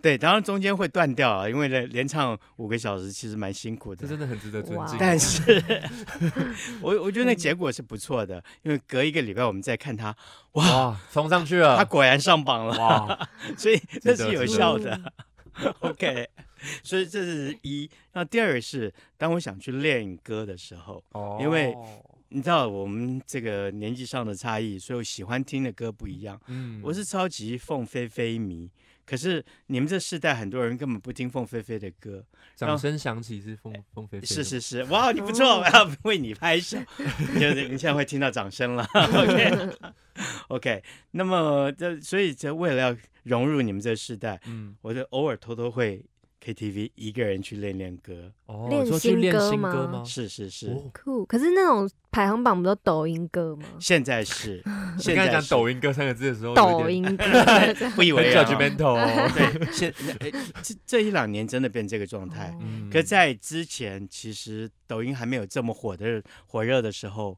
Speaker 4: 对，当然中间会断掉啊，因为连连唱五个小时其实蛮辛苦
Speaker 2: 这
Speaker 4: 的。
Speaker 2: 真的很值得尊
Speaker 3: 哇
Speaker 2: 敬。
Speaker 4: 但是，我我觉得那结果是不错的，因为隔一个礼拜我们再看他，哇，
Speaker 2: 哇，冲上去
Speaker 4: 他
Speaker 2: 了！
Speaker 4: 果然上榜了，
Speaker 2: 哇，
Speaker 4: 所以那是
Speaker 2: 值得
Speaker 4: 有
Speaker 2: 值得
Speaker 4: 效的。OK，所以这是一。那第二个是，当我想去练歌的时候，
Speaker 2: 哦
Speaker 4: 因为你知道我们这个年纪上的差异，所以我喜欢听的歌不一样。
Speaker 2: 嗯
Speaker 4: 我是超级凤飞飞迷，可是你们这世代很多人根本不听凤飞飞的歌。
Speaker 2: 掌声响起是凤凤飞飞，
Speaker 4: 呃是是是，哇，你不错，我要为你拍手。你你现在会听到掌声了。OK
Speaker 3: 嗯
Speaker 4: OK，那么这所以这为了要融入你们这世代，
Speaker 2: 嗯
Speaker 4: 我就偶尔偷偷会 KTV 一个人去练练歌。
Speaker 2: 哦，
Speaker 3: 练
Speaker 2: 你说去
Speaker 3: 新
Speaker 2: 练
Speaker 3: 歌
Speaker 2: 新
Speaker 3: 吗
Speaker 2: 歌吗？
Speaker 4: 是是是，
Speaker 2: 哦
Speaker 3: 酷，可是那种排行榜不都抖音歌吗？
Speaker 4: 现 在是
Speaker 2: 你
Speaker 4: 现
Speaker 2: 刚才
Speaker 4: 在
Speaker 2: 讲
Speaker 4: 是
Speaker 2: 抖音歌三个字的时候，
Speaker 3: 抖音歌这样
Speaker 4: 不以
Speaker 2: 很
Speaker 4: 为然啊
Speaker 2: judgmental 哦。
Speaker 4: 对，现哎这这一两年真的变这个状态。
Speaker 3: 哦
Speaker 2: 嗯
Speaker 4: 可在之前，其实抖音还没有这么火的火热的时候，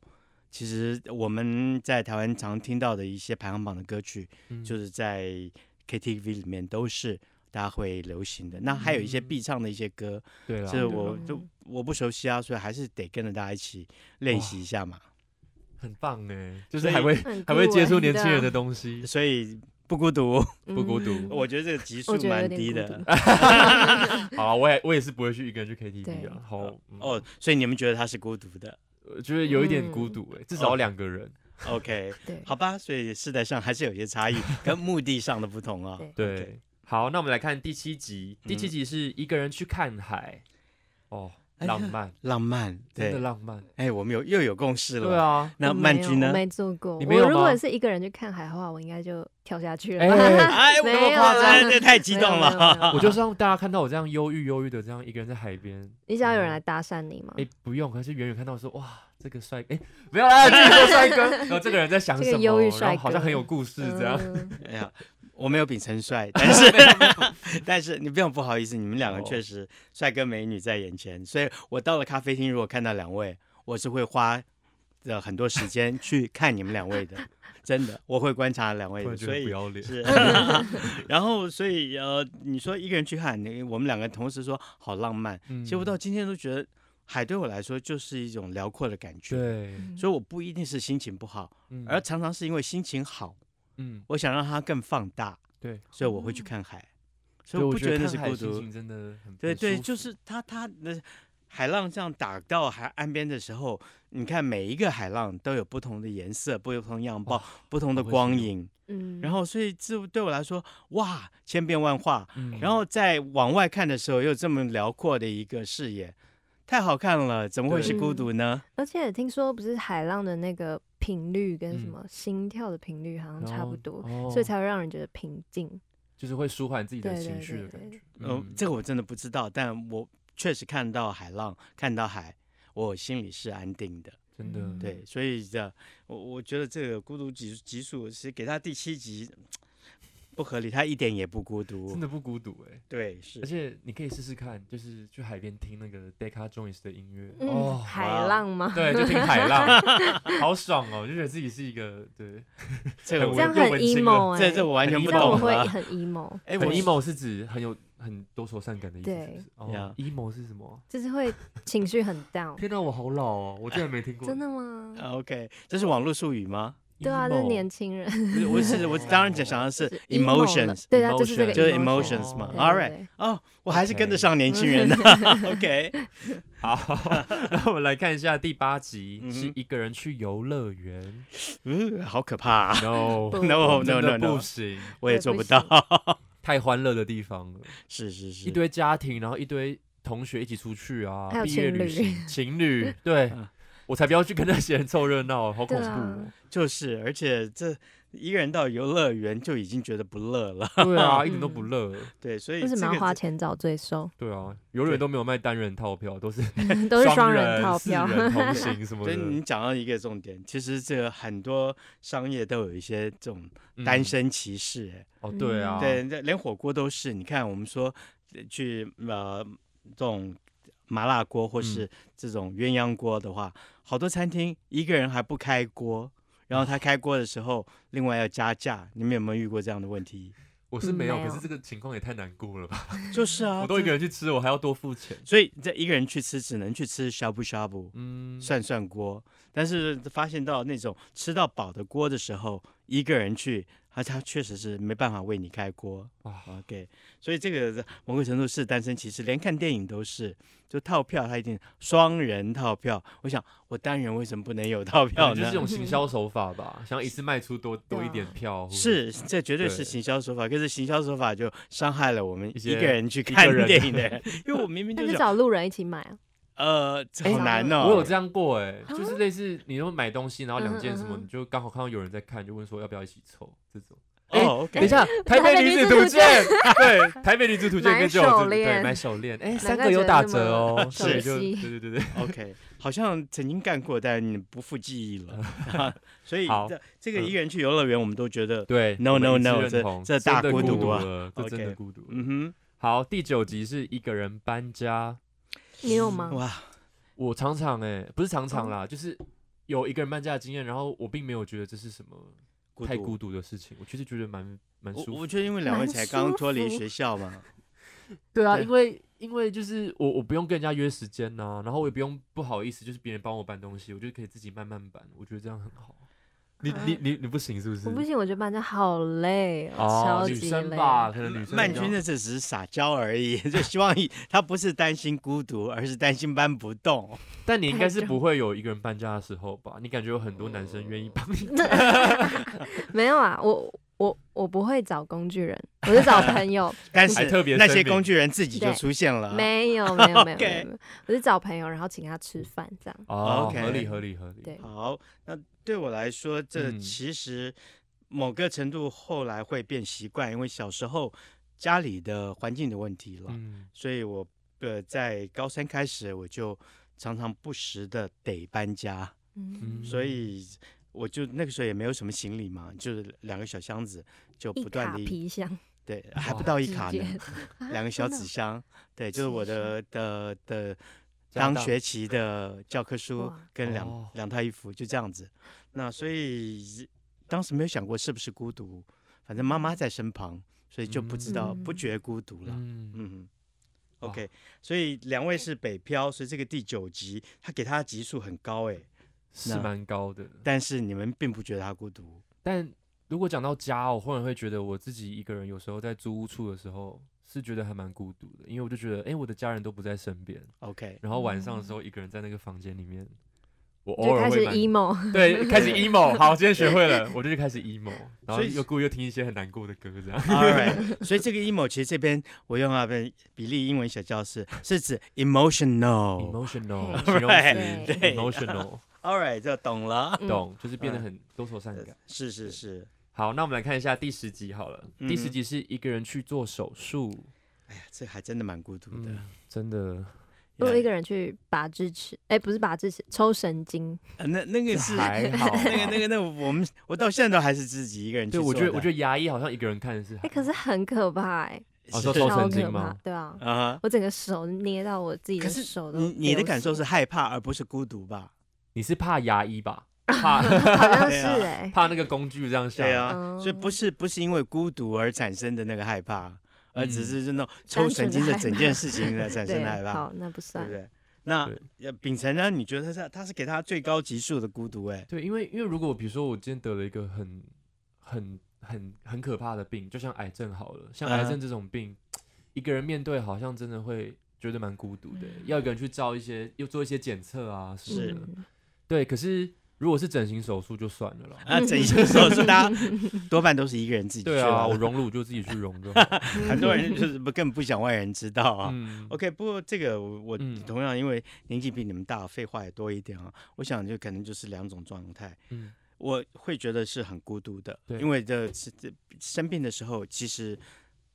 Speaker 4: 其实我们在台湾常听到的一些排行榜的歌曲，
Speaker 2: 嗯
Speaker 4: 就是在 KTV 里面都是大家会流行的。那还有一些
Speaker 2: 嗯
Speaker 4: 必唱的一些歌，
Speaker 2: 对啊
Speaker 4: 这
Speaker 2: 了，
Speaker 4: 我
Speaker 3: 嗯
Speaker 4: 就我不熟悉啊，所以还是得跟着大家一起练习一下嘛。
Speaker 2: 很棒哎，就
Speaker 4: 所
Speaker 2: 是
Speaker 4: 以
Speaker 2: 还会
Speaker 3: 很
Speaker 2: 还会
Speaker 3: 酷
Speaker 2: 接
Speaker 3: 欸
Speaker 2: 触年
Speaker 3: 对
Speaker 2: 轻人
Speaker 3: 啊
Speaker 2: 的东西，
Speaker 4: 所以不 孤独，
Speaker 2: 不孤独
Speaker 3: 嗯
Speaker 4: 我觉得这个级数
Speaker 3: 我觉得有
Speaker 4: 蛮
Speaker 3: 点
Speaker 4: 低
Speaker 3: 孤
Speaker 4: 的
Speaker 3: 独。
Speaker 2: 好啊，我也我也是不会去一个人去 KTV
Speaker 3: 对
Speaker 2: 啊，好
Speaker 4: 哦
Speaker 2: 哦，，
Speaker 4: 所以你们觉得他是孤独的
Speaker 2: 就是有一点孤
Speaker 3: 嗯
Speaker 2: 独哎，至少
Speaker 4: 哦
Speaker 2: 两个人，
Speaker 4: ？OK，
Speaker 3: 对，
Speaker 4: 好吧，所以世代上还是有些差异，跟目的上的不同啊。
Speaker 3: 对
Speaker 2: 对。好，那我们来看第七集，第七
Speaker 4: 嗯
Speaker 2: 集是一个人去看海，哦，
Speaker 4: 哎
Speaker 2: 浪
Speaker 4: 呀
Speaker 2: 漫，
Speaker 4: 浪漫，
Speaker 2: 真的
Speaker 4: 对，
Speaker 2: 浪漫，
Speaker 4: 哎，我们有又有共识了。
Speaker 2: 对，啊，
Speaker 4: 那
Speaker 3: 我没
Speaker 4: 曼
Speaker 3: 有
Speaker 4: 君呢
Speaker 3: 我？没做过。
Speaker 2: 你没有
Speaker 3: 我如
Speaker 2: 吗
Speaker 3: 果是一个人去看海的话，我应该就跳下去 了。
Speaker 2: 哎
Speaker 4: 哎，
Speaker 3: 没
Speaker 4: 那么夸
Speaker 3: 有
Speaker 4: 张，
Speaker 3: 啦
Speaker 4: 这太激
Speaker 3: 没有
Speaker 4: 动
Speaker 3: 没有
Speaker 4: 了。
Speaker 3: 没有
Speaker 2: 我就是让大家看到我这样忧郁忧郁的这样一个人在海边，
Speaker 3: 你想要有人来搭讪你吗？
Speaker 2: 哎、不用，可是远远看到说，哇，这个帅，哎、不要 啦，这个说帅哥，然后这个人在想
Speaker 3: 这
Speaker 2: 什
Speaker 3: 个
Speaker 2: 么，
Speaker 3: 忧郁
Speaker 2: 然
Speaker 3: 帅
Speaker 2: 后好像
Speaker 3: 哥
Speaker 2: 很有故事这样。
Speaker 3: 嗯
Speaker 4: 哎呀，我没有秉承帅，但是但是你不用不好意思，你们两个
Speaker 2: 哦
Speaker 4: 确实帅哥美女在眼前，所以我到了咖啡厅，如果看到两位，我是会花的很多时间去看你们两位的，真的，我会观察两位
Speaker 2: 突
Speaker 4: 的，
Speaker 2: 然觉
Speaker 4: 所
Speaker 2: 得
Speaker 4: 以
Speaker 2: 不要脸，
Speaker 4: 是， 然后所以呃，你说一个人去看，你我们两个同时说好浪漫，
Speaker 2: 嗯
Speaker 4: 其实我到今天都觉得海对我来说就是一种辽阔的感觉，
Speaker 2: 对，
Speaker 3: 嗯
Speaker 4: 所以我不一定是心情不好，
Speaker 2: 嗯
Speaker 4: 而常常是因为心情好，
Speaker 2: 嗯，
Speaker 4: 我想让它更放大，
Speaker 2: 对，
Speaker 4: 所以我会去看海，
Speaker 2: 所
Speaker 4: 所以
Speaker 2: 以
Speaker 4: 我
Speaker 2: 我
Speaker 4: 不觉得那
Speaker 2: 看
Speaker 4: 是
Speaker 2: 海
Speaker 4: 孤
Speaker 2: 心
Speaker 4: 独
Speaker 2: 情，真的很
Speaker 4: 对
Speaker 2: 很
Speaker 4: 对，
Speaker 2: 舒
Speaker 4: 就
Speaker 2: 服
Speaker 4: 是它它的海浪这样打到海岸边的时候，你看每一个海浪都有不同的颜色、不同的样貌
Speaker 2: 哇、
Speaker 4: 不同的
Speaker 2: 好哦会
Speaker 4: 光
Speaker 2: 形容
Speaker 4: 影。
Speaker 3: 嗯
Speaker 4: 然后，所以这对我来说，哇，千变万化。
Speaker 2: 嗯
Speaker 4: 然后在往外看的时候，又这么辽阔的一个视野，太好看了，怎么会是孤独呢？
Speaker 3: 而且听说不是海浪的那个频率跟什
Speaker 2: 嗯
Speaker 3: 么心跳的频率好像嗯差不多，，
Speaker 2: 然后
Speaker 3: 所以
Speaker 2: 嗯哦
Speaker 3: 才会让人觉得平静。
Speaker 2: 就是会舒缓自己的
Speaker 3: 对
Speaker 2: 情
Speaker 3: 对
Speaker 2: 绪
Speaker 3: 对
Speaker 2: 的感
Speaker 3: 对
Speaker 2: 觉。
Speaker 4: 嗯、这个我真的不知道，但我确实看到海浪，看到海，我心里是安定的。
Speaker 2: 真的
Speaker 3: 嗯
Speaker 4: 对，所以这我我觉得这个孤独级级数是给他第七级不合理，他一点也不孤
Speaker 2: 真
Speaker 4: 独。
Speaker 2: 的不孤独哎、
Speaker 4: 对， 是
Speaker 2: 而。且你可以试试看，就是去海边听那个 Decca Jones 的音乐，
Speaker 3: 嗯，
Speaker 2: 哦，
Speaker 4: 哇
Speaker 3: 海
Speaker 4: 哦
Speaker 3: 浪吗？
Speaker 2: 对，就听海 浪，好爽哦，就觉得自己是一个对，
Speaker 4: 这
Speaker 2: 很
Speaker 4: 个
Speaker 2: 无
Speaker 3: 这
Speaker 4: 我
Speaker 3: 样
Speaker 2: 又
Speaker 3: 很
Speaker 2: 文青了
Speaker 3: emo 哎、
Speaker 4: 这这我完全不
Speaker 3: 这样我
Speaker 4: 懂
Speaker 3: 会
Speaker 4: 了。
Speaker 3: 很 emo，
Speaker 4: 哎，
Speaker 2: 很
Speaker 4: 我
Speaker 2: emo 是指很有很多愁善感的意思，
Speaker 3: 对
Speaker 2: 是不是？哦、
Speaker 4: 呀
Speaker 2: emo 是什么？啊
Speaker 3: 就是会情 绪很 down。
Speaker 2: 天哪，我好老哦，我竟然没听过。
Speaker 3: 真的吗？
Speaker 4: OK，这是网络术语吗？
Speaker 3: 对啊，这是年轻人
Speaker 4: 不是我是我当然讲想的是
Speaker 3: 是 emo 了
Speaker 4: emotions，
Speaker 3: 对啊，就是这
Speaker 2: emotion，
Speaker 3: 个
Speaker 4: 就是
Speaker 3: emotion
Speaker 4: emotions 嘛
Speaker 3: 对对
Speaker 4: All right
Speaker 3: 对
Speaker 4: 哦，我还是跟得
Speaker 2: OK
Speaker 4: 上年轻 人的。OK，
Speaker 2: 好， 那我们来看一下第八集
Speaker 4: 嗯哼
Speaker 2: 是一个人去游乐园。
Speaker 4: 嗯，好可怕啊
Speaker 2: No
Speaker 3: 不
Speaker 4: ！No
Speaker 2: 真
Speaker 4: no
Speaker 2: 的
Speaker 4: no
Speaker 2: 不
Speaker 4: no，
Speaker 2: 行，
Speaker 4: 我也
Speaker 3: 对
Speaker 4: 做
Speaker 3: 不
Speaker 4: 不到。
Speaker 2: 太欢乐的地方了，
Speaker 4: 是是是，
Speaker 2: 一堆家庭，然后一堆同学一起出去啊
Speaker 3: 还，有
Speaker 2: 毕业旅
Speaker 3: 情侣
Speaker 2: 行，情侣，对
Speaker 4: 嗯
Speaker 2: 我才不要去跟那些人凑热闹，好恐
Speaker 3: 对
Speaker 2: 怖
Speaker 3: 啊
Speaker 2: 哦。，
Speaker 4: 就是，而且这一个人到游乐园就已经觉得不乐了。
Speaker 2: 对啊，一点都不乐。
Speaker 4: 对，所以
Speaker 3: 为什么
Speaker 4: 这
Speaker 3: 要
Speaker 4: 个
Speaker 3: 花
Speaker 4: 是
Speaker 3: 钱找罪受？
Speaker 2: 对啊，游乐园都没有卖单人套票，都是
Speaker 3: 都是双
Speaker 2: 人
Speaker 3: 人套票
Speaker 2: 四， 人同行什么
Speaker 4: 所以你
Speaker 2: 的。
Speaker 4: 讲到一个重点，其实这个很多商业都有一些这种
Speaker 2: 嗯
Speaker 4: 单身歧视、哎
Speaker 2: 哦，对啊，
Speaker 4: 对，那连火锅都是。你看，我们说呃去呃这种麻辣锅
Speaker 2: 嗯
Speaker 4: 或是这种鸳鸯锅的话，好多餐厅一个人还不开锅，然后他开锅的时候，另外要加价。你们有没有遇过这样的问题？
Speaker 2: 我是没有，
Speaker 3: 嗯没有
Speaker 2: 可是这个情况也太难过了吧？
Speaker 4: 就是啊，
Speaker 2: 我都一
Speaker 4: 这
Speaker 2: 个人去吃，我还要多付钱。
Speaker 4: 所以这一个人去吃，只能去吃呷哺呷哺、
Speaker 2: 嗯，
Speaker 4: 涮涮锅。但是发现到那种吃到饱的锅的时候，一个人去，他他确实是没办法为你开锅。
Speaker 2: 哇，
Speaker 4: OK，所以这个某个程度是单身歧视，连看电影都是，就套票他一定双人套票。我想我单人为什么不能有套票
Speaker 2: 就是
Speaker 4: 呢
Speaker 2: 这？种行销手法吧，想要一次卖出多多
Speaker 3: 啊
Speaker 2: 一点票，或者
Speaker 4: 是，这绝对是
Speaker 2: 对
Speaker 4: 行销手法，可是行销手法就伤害了我们
Speaker 2: 一
Speaker 4: 一
Speaker 2: 些
Speaker 4: 个人去
Speaker 2: 个
Speaker 4: 看
Speaker 2: 人
Speaker 4: 电影的人，因为我明明
Speaker 3: 那
Speaker 4: 就
Speaker 3: 就是找路人一起买啊。
Speaker 4: 呃，这好
Speaker 3: 哎
Speaker 4: 难哦。
Speaker 2: 我有这样过哎、就是
Speaker 3: 啊
Speaker 2: 类似你都买东西，然后两件什
Speaker 3: 嗯
Speaker 2: 么，
Speaker 3: 哼嗯哼
Speaker 2: 你就刚好看到有人在看，就问说要不要一起凑这种。哎
Speaker 4: 哦，OK，
Speaker 2: 等一，下， 台北
Speaker 3: 北
Speaker 2: 女
Speaker 3: 女
Speaker 2: 子
Speaker 3: 子
Speaker 2: 图
Speaker 3: 图
Speaker 2: 鉴， 对，台北女子图鉴跟就有
Speaker 3: 买手
Speaker 2: 这个对
Speaker 3: 链
Speaker 2: 买手链，哎，三
Speaker 3: 难怪
Speaker 2: 个有
Speaker 3: 觉得
Speaker 2: 打
Speaker 3: 那么
Speaker 2: 折哦，
Speaker 3: 熟
Speaker 2: 对，就对
Speaker 3: 悉
Speaker 2: 对对对，
Speaker 4: OK，好像曾经干过，但你不复记忆 了。啊所以
Speaker 2: 好
Speaker 4: 这这个
Speaker 2: 嗯
Speaker 4: 一个人去游乐园，我们都觉 得，
Speaker 2: 对
Speaker 4: No,
Speaker 2: 我们
Speaker 4: no,
Speaker 2: 一致
Speaker 4: no，
Speaker 2: 认
Speaker 4: 这
Speaker 2: 同
Speaker 4: 这
Speaker 2: 真
Speaker 4: 大
Speaker 2: 的
Speaker 4: 孤
Speaker 2: 孤
Speaker 4: 独啊
Speaker 2: 了，这真的
Speaker 4: OK
Speaker 2: 孤独了。
Speaker 4: 嗯
Speaker 2: 好，第九集是一个人搬家，
Speaker 3: 你有
Speaker 4: 哼，
Speaker 3: 吗？
Speaker 4: 哇，
Speaker 2: 我常常哎，不是常常
Speaker 3: 哦
Speaker 2: 啦，就是有一个人搬家的经验，然后我并没有觉得这是什么
Speaker 4: 孤
Speaker 2: 太
Speaker 4: 独
Speaker 2: 孤独的事情，我其实觉得蛮蛮舒
Speaker 4: 我
Speaker 2: 服的。
Speaker 4: 我觉得因为两位
Speaker 3: 蛮
Speaker 4: 才刚
Speaker 3: 舒
Speaker 4: 脱离
Speaker 3: 服
Speaker 4: 学 校嘛，
Speaker 2: 对啊，
Speaker 4: 对
Speaker 2: 因为因为就是我我不用跟人家约时间呐、然后我也不用不好意思，就是别人帮我搬东西，我就可以自己慢慢搬，我觉得这样很好。你
Speaker 3: 啊
Speaker 2: 你你你不行是不是？
Speaker 3: 我不行，我觉得搬家好累，
Speaker 2: 哦，
Speaker 3: 超
Speaker 2: 女
Speaker 3: 级
Speaker 2: 生
Speaker 3: 累。
Speaker 2: 吧，可能女生
Speaker 4: 曼
Speaker 2: 比较
Speaker 4: 君那只是撒娇而已， 就希望一他不是担心孤独，而是担心搬 不动。
Speaker 2: 但你应该是
Speaker 3: 太重
Speaker 2: 不会有一个人搬家的时候吧？你感觉有很多男生愿意帮你
Speaker 3: 没有啊，我我我不会找工具人，我就找朋友。
Speaker 4: 但
Speaker 2: 还
Speaker 4: 是
Speaker 2: 特别
Speaker 4: 那
Speaker 2: 声
Speaker 4: 些
Speaker 2: 明
Speaker 4: 工具人自己就
Speaker 3: 对
Speaker 4: 出现了。
Speaker 3: 没 有没有没有
Speaker 4: 啊 OK
Speaker 3: 没有没有，我就找朋友，然后请他吃饭这样。
Speaker 2: 哦
Speaker 4: OK
Speaker 2: 合理合理合理。
Speaker 3: 对，
Speaker 4: 好，那对我来说，这
Speaker 2: 嗯
Speaker 4: 其实某个程度后来会变习惯，因为小时候家里的环境的问题了，
Speaker 2: 嗯，
Speaker 4: 所以我呃在高三开始我就常常不时的得搬家，
Speaker 3: 嗯，
Speaker 4: 所以我就那个时候也没有什么行李嘛，就是两个小箱子就
Speaker 3: 一
Speaker 4: 不断
Speaker 3: 卡
Speaker 4: 的
Speaker 3: 皮箱，
Speaker 4: 对，还
Speaker 2: 哇
Speaker 4: 不到一
Speaker 3: 直
Speaker 4: 卡
Speaker 3: 接啊
Speaker 4: 呢，两个小
Speaker 3: 真的
Speaker 4: 纸箱，对，就是我
Speaker 3: 纸箱
Speaker 4: 的的的
Speaker 2: 家
Speaker 4: 当
Speaker 2: 当
Speaker 4: 学期的教科书
Speaker 3: 哇
Speaker 4: 跟两、
Speaker 2: 哦
Speaker 4: 两套衣服，就这样子。那所以当时没有想过是不是孤独，反正妈妈在身旁，所以就不知道、不
Speaker 3: 嗯
Speaker 4: 觉孤独了。
Speaker 2: 嗯，
Speaker 4: 嗯哼
Speaker 2: 哇
Speaker 4: ，OK，所以两位是北漂，所以这个第九集他给他的级数很高哎，
Speaker 2: 是
Speaker 4: 那
Speaker 2: 蛮高的。
Speaker 4: 但是你们并不觉得他孤独，
Speaker 2: 但如果讲到家，我忽然会觉得我自己一个人，有时候在租屋处的时候是觉得还蛮孤独的，因为我就觉得，哎、我的家人都不在身边，
Speaker 4: OK，
Speaker 2: 然后晚上的
Speaker 4: 嗯
Speaker 2: 时候一个人在那个房间里面，我偶
Speaker 3: 就
Speaker 2: 尔
Speaker 3: 开
Speaker 2: 会
Speaker 3: 始
Speaker 2: 蛮
Speaker 3: emo，
Speaker 2: 对， 开始 emo。好，今天学会了，我就去开始 emo，然后
Speaker 4: 所以
Speaker 2: 又故意又听一些很难过的歌，这样。
Speaker 4: All right，所以这个 emo 其实这边我用啊比比利英文小教室是指 emotional。
Speaker 2: 哦 emotional
Speaker 3: 嘿
Speaker 2: 形容
Speaker 4: Right，
Speaker 2: 词
Speaker 4: 对
Speaker 2: emotional，
Speaker 4: All right，这懂了。
Speaker 3: 嗯
Speaker 2: 懂，就是变得很多愁善感。
Speaker 4: 嗯是是是，
Speaker 2: 好，那我们来看一下第十集好了。第十
Speaker 4: 嗯
Speaker 2: 集是一个人去做手术，
Speaker 4: 哎呀，这还真的蛮孤独的。
Speaker 2: 嗯，真的
Speaker 3: 我一个
Speaker 4: 人，
Speaker 3: 人去拔智齿，哎，不是拔智齿，抽神经。
Speaker 4: 呃那那个是那
Speaker 2: 还好。
Speaker 4: 个那个那个我们我到现在都还是自己一个人去
Speaker 2: 对，
Speaker 4: 做
Speaker 2: 我
Speaker 4: 的。
Speaker 2: 觉得我觉得牙医好像一个人看是还好，
Speaker 3: 哎，可是很可怕哎，
Speaker 2: 哦
Speaker 4: 是
Speaker 2: 说抽
Speaker 3: 超
Speaker 2: 神经
Speaker 3: 可怕
Speaker 2: 吗？，
Speaker 3: 对啊，
Speaker 4: 啊哈，
Speaker 3: 我整个手捏到我自己
Speaker 4: 可
Speaker 3: 的
Speaker 4: 是
Speaker 3: 手都
Speaker 4: 你你的感受
Speaker 3: 流血
Speaker 4: 是害怕而不是孤独吧？
Speaker 2: 你是怕牙医 吧？怕
Speaker 3: 好像
Speaker 4: 对
Speaker 3: 是
Speaker 4: 啊
Speaker 3: 哎，
Speaker 2: 怕那个工具这样下
Speaker 4: 对
Speaker 2: 来，
Speaker 4: 啊，所以不
Speaker 3: 嗯
Speaker 4: 是不是因为孤独而产生的那个害怕，而只
Speaker 2: 嗯
Speaker 4: 是那种抽
Speaker 3: 单
Speaker 4: 神
Speaker 3: 纯的
Speaker 4: 经的
Speaker 3: 害
Speaker 4: 整
Speaker 3: 怕
Speaker 4: 件事情的产生
Speaker 3: 对
Speaker 4: 的害，怕，
Speaker 3: 好，那不
Speaker 4: 对
Speaker 3: 算
Speaker 4: 不。对？那
Speaker 2: 对
Speaker 4: 呃秉承呢？你觉得他是他是给他最高级数的孤独、 哎，
Speaker 2: 对，因为因为如果比如说我今天得了一个很很很很可怕的病，就像癌症好了，像癌
Speaker 4: 嗯
Speaker 2: 症这种病，一个人面对好像真的会觉得蛮孤独的，要一个人去照一些又做一些检测啊什么
Speaker 4: 是
Speaker 2: 的。
Speaker 3: 嗯
Speaker 2: 对，可是如果是整形手术就算了啦。
Speaker 4: 啊，整形手术大家多半都是一个人自己去
Speaker 2: 对啊，
Speaker 4: 了
Speaker 2: 我荣辱就自己去荣就好了。
Speaker 4: 很多
Speaker 3: 嗯
Speaker 4: 人就是不根本不想外人知道 啊。
Speaker 2: 嗯，
Speaker 4: OK，不过这个我我
Speaker 2: 嗯
Speaker 4: 同样因为年纪比你们大，废话也多一点啊。我想就可能就是两种状态，
Speaker 2: 嗯
Speaker 4: 我会觉得是很孤独的，
Speaker 2: 对
Speaker 4: 因为这这这生病的时候，其实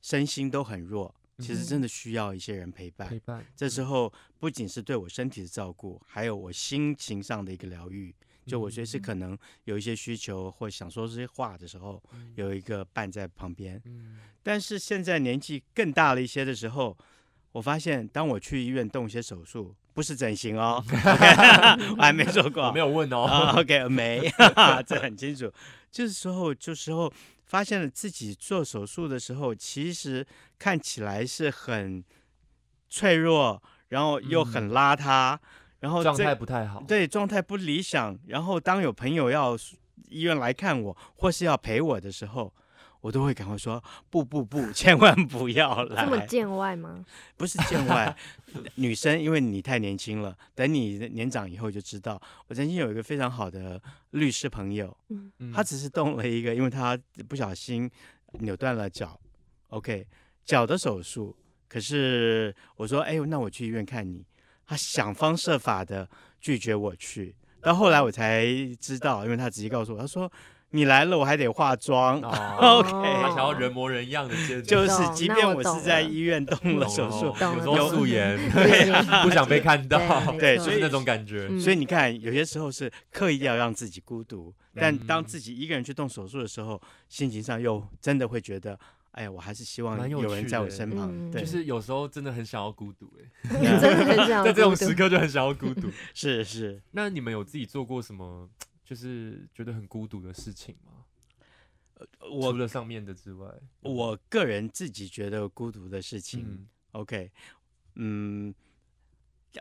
Speaker 4: 身心都很弱，其
Speaker 2: 嗯
Speaker 4: 实真的需要一些人陪伴。
Speaker 2: 陪伴。
Speaker 4: 这时候不仅是对我身体的照顾，还有我心情上的一个疗愈。就我
Speaker 2: 嗯
Speaker 4: 随时可能有一些需求或想说这些话的时候，有一个伴在旁边。
Speaker 2: 嗯
Speaker 4: 但是现在年纪更大了一些的时候，我发现当我去医院动一些手术，不是整形哦，OK，我还没做过，
Speaker 2: 我没有问哦。
Speaker 4: 啊、o k 没，哈哈这很清楚。这时候，这时候发现了自己做手术的时候，其实看起来是很脆弱，然后又很邋遢，然后
Speaker 2: 嗯状
Speaker 4: 这
Speaker 2: 态不太好。
Speaker 4: 对状态不理想。然后当有朋友要医院来看我，或是要陪我的时候。我都会赶快说不不不，千万不 要来！
Speaker 3: 这么见外 吗？
Speaker 4: 不是见外，呃女生因为你太年轻了，等你年长以后就知道。我曾经有一个非常好的律师朋友，
Speaker 2: 嗯，
Speaker 4: 他只是动了一个，因为他不小心扭断了脚，OK，脚的手术。可是我说，哎，那我去医院看你。他想方设法的拒绝我去，到后来我才知道，因为他直接告诉我，他说你来了，我还得化妆。
Speaker 2: 哦
Speaker 4: OK
Speaker 2: 他想要人模人样的接着，
Speaker 4: 就是，
Speaker 3: 懂
Speaker 4: 即
Speaker 3: 那
Speaker 4: 便
Speaker 3: 我
Speaker 4: 我
Speaker 3: 懂
Speaker 4: 是在
Speaker 3: 了
Speaker 4: 医院动了手术，
Speaker 3: 懂
Speaker 2: 有
Speaker 3: 了
Speaker 2: 时候
Speaker 3: 懂
Speaker 2: 素
Speaker 3: 了
Speaker 2: 颜，
Speaker 3: 不行
Speaker 4: 啊
Speaker 2: 不想被看到，
Speaker 3: 对没
Speaker 4: 对
Speaker 3: 错
Speaker 2: 就是那种感觉。
Speaker 3: 嗯
Speaker 4: 所以你看，有些时候是刻意要让自己孤独，但当
Speaker 2: 嗯
Speaker 4: 自己一个人去动手术的时候，心情上又真的会觉得，哎呀，我还是希望
Speaker 2: 蛮有
Speaker 4: 有人
Speaker 2: 趣
Speaker 4: 在我
Speaker 2: 的
Speaker 4: 身旁。
Speaker 3: 嗯
Speaker 4: 对，
Speaker 2: 就是有时候真的很想要孤独、欸，
Speaker 3: 真的很想
Speaker 2: 哎，
Speaker 3: 要
Speaker 2: 在这种
Speaker 3: 孤独
Speaker 2: 时刻就很想要 孤独。
Speaker 4: 是是，
Speaker 2: 那你们有自己做过什么，就是觉得很孤独的事情吗？除
Speaker 4: 我
Speaker 2: 了上面的之外，
Speaker 4: 我个人自己觉得孤独的事情、
Speaker 2: 嗯
Speaker 4: o k 嗯，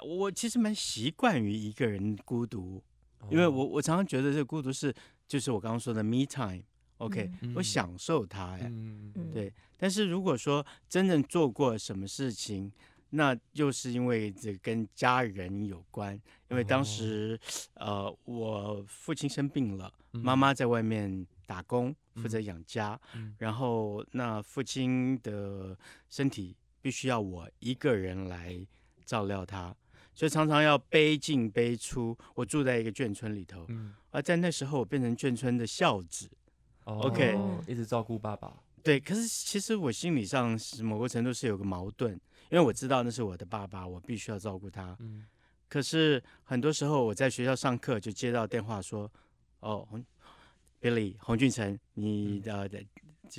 Speaker 4: 我其实蛮习惯于一个人孤独，因为
Speaker 2: 哦
Speaker 4: 我我常常觉得这个孤独是，就是我刚刚说的 me time，OK，、我
Speaker 2: 嗯
Speaker 4: 享受它，哎、
Speaker 2: 嗯
Speaker 3: 嗯
Speaker 4: 对，但是如果说真正做过什么事情，那就是因为这跟家人有关，因为当
Speaker 2: 哦
Speaker 4: 时、呃我父亲生病了，
Speaker 2: 嗯
Speaker 4: 妈妈在外面打工负责
Speaker 2: 嗯
Speaker 4: 养家，
Speaker 2: 嗯
Speaker 4: 然后那父亲的身体必须要我一个人来照料他。所以常常要背进背出，我住在一个眷村里头，
Speaker 2: 嗯
Speaker 4: 而在那时候我变成眷村的孝子，
Speaker 2: 哦
Speaker 4: OK
Speaker 2: 一直照顾爸爸，
Speaker 4: 对，可是其实我心理上是某个程度是有个矛盾，因为我知道那是我的爸爸，我必须要照顾他。
Speaker 2: 嗯，
Speaker 4: 可是很多时候我在学校上课就接到电话说，哦，洪 Billy 洪俊成，你
Speaker 2: 嗯
Speaker 4: 的、呃、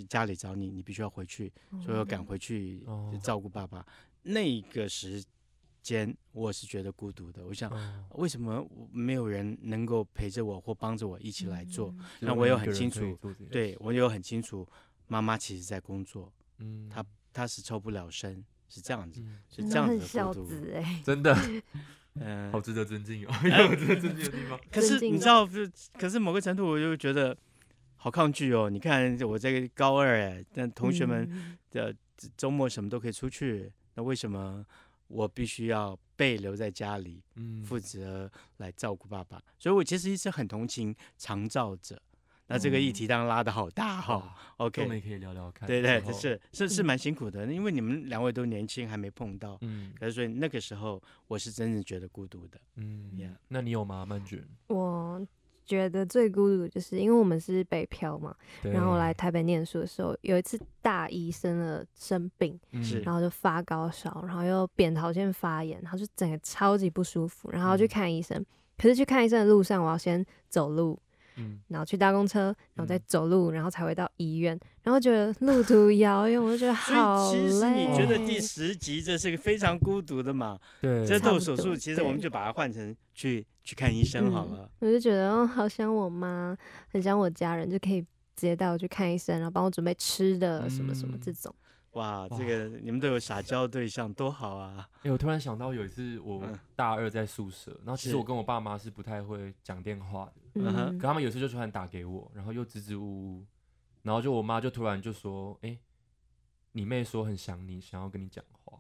Speaker 4: 家里找你，你必须要回去，所以我赶回去
Speaker 2: 哦
Speaker 4: 照顾爸爸。那个时间我是觉得孤独的，我想。
Speaker 2: 哦
Speaker 4: 为什么我没有人能够陪着我或帮着我一起来
Speaker 3: 嗯
Speaker 4: 做？
Speaker 2: 只
Speaker 4: 那
Speaker 2: 有
Speaker 4: 我
Speaker 2: 你
Speaker 4: 有
Speaker 2: 一
Speaker 4: 很
Speaker 2: 个人
Speaker 4: 清
Speaker 2: 可以
Speaker 4: 楚
Speaker 2: 做这件事，
Speaker 4: 对我有很清楚，妈妈其实在工作，
Speaker 2: 嗯，
Speaker 4: 他是抽不了身，是这样子，
Speaker 2: 嗯
Speaker 4: 是
Speaker 3: 真
Speaker 4: 这
Speaker 3: 的
Speaker 4: 样
Speaker 3: 很
Speaker 4: 子的
Speaker 3: 孝
Speaker 4: 孤独。
Speaker 3: 子哎，
Speaker 2: 真的
Speaker 4: 嗯、哎
Speaker 2: 好值得尊敬哦， 有值得尊敬的 地方。
Speaker 4: 可
Speaker 3: 尊
Speaker 4: 是
Speaker 3: 敬
Speaker 4: 你知道，就可是某个程度，我就觉得好抗拒哦。你看我这个高二哎，但 同学们
Speaker 3: 嗯
Speaker 4: 的周末什么都可以出去，那为什么我必须要被留在家里，
Speaker 2: 嗯
Speaker 4: 负责来照顾爸爸？所以我其实一直很同情长照者。那这个议题当然拉的好大哈、
Speaker 2: 嗯哇
Speaker 4: o
Speaker 2: 我
Speaker 4: k
Speaker 2: 们也可以聊聊看。
Speaker 4: 对对，
Speaker 2: 之
Speaker 4: 这
Speaker 2: 后，
Speaker 4: 是是是
Speaker 3: 嗯
Speaker 4: 蛮辛苦的，因为你们两位都年轻，还没碰到。
Speaker 2: 嗯
Speaker 4: 可是所以那个时候我是真的觉得孤独的。
Speaker 2: 嗯
Speaker 4: Yeah，
Speaker 2: 那你有吗，曼卷？
Speaker 3: 我觉得最孤独就是因为我们是北漂嘛，然后我来台北念书的时候，有一次大一生了生病，
Speaker 2: 对嗯
Speaker 4: 是
Speaker 3: 然后就发高烧，然后又扁桃腺发炎，然后就整个超级不舒服，然后去
Speaker 2: 嗯
Speaker 3: 看医生。可是去看医生的路上，我要先走路，
Speaker 2: 嗯
Speaker 3: 然后去搭公车，然后再
Speaker 2: 嗯
Speaker 3: 走路，然后才会到医院。然后觉得路途遥远，我就觉得
Speaker 4: 所以
Speaker 3: 好累。
Speaker 4: 其实你觉得第
Speaker 3: 十
Speaker 4: 十集这是个非常孤独的嘛？
Speaker 2: 对，
Speaker 4: 这
Speaker 3: 差
Speaker 4: 动
Speaker 3: 不
Speaker 4: 手
Speaker 3: 多
Speaker 4: 术，其实我们
Speaker 3: 对
Speaker 4: 就把它换成去去看医生好
Speaker 2: 啊
Speaker 4: 了。
Speaker 3: 嗯我就觉得，哦，好想我妈，很想我家人，就可以直接带我去看医生，然后帮我准备吃的什么什么
Speaker 2: 嗯
Speaker 3: 这种。
Speaker 4: 哇，这个你们都有撒娇对象，多好啊！
Speaker 2: 哎、我突然想到有一次我
Speaker 4: 嗯
Speaker 2: 大二在宿舍，然后其
Speaker 4: 是
Speaker 2: 实我跟我爸妈是不太会讲电话的，
Speaker 4: 嗯哼
Speaker 3: 嗯
Speaker 2: 可他们有时候就突然打给我，然后又支支吾吾，然后就我妈就突然就说：“哎、你妹说很想你，想要跟你讲话。”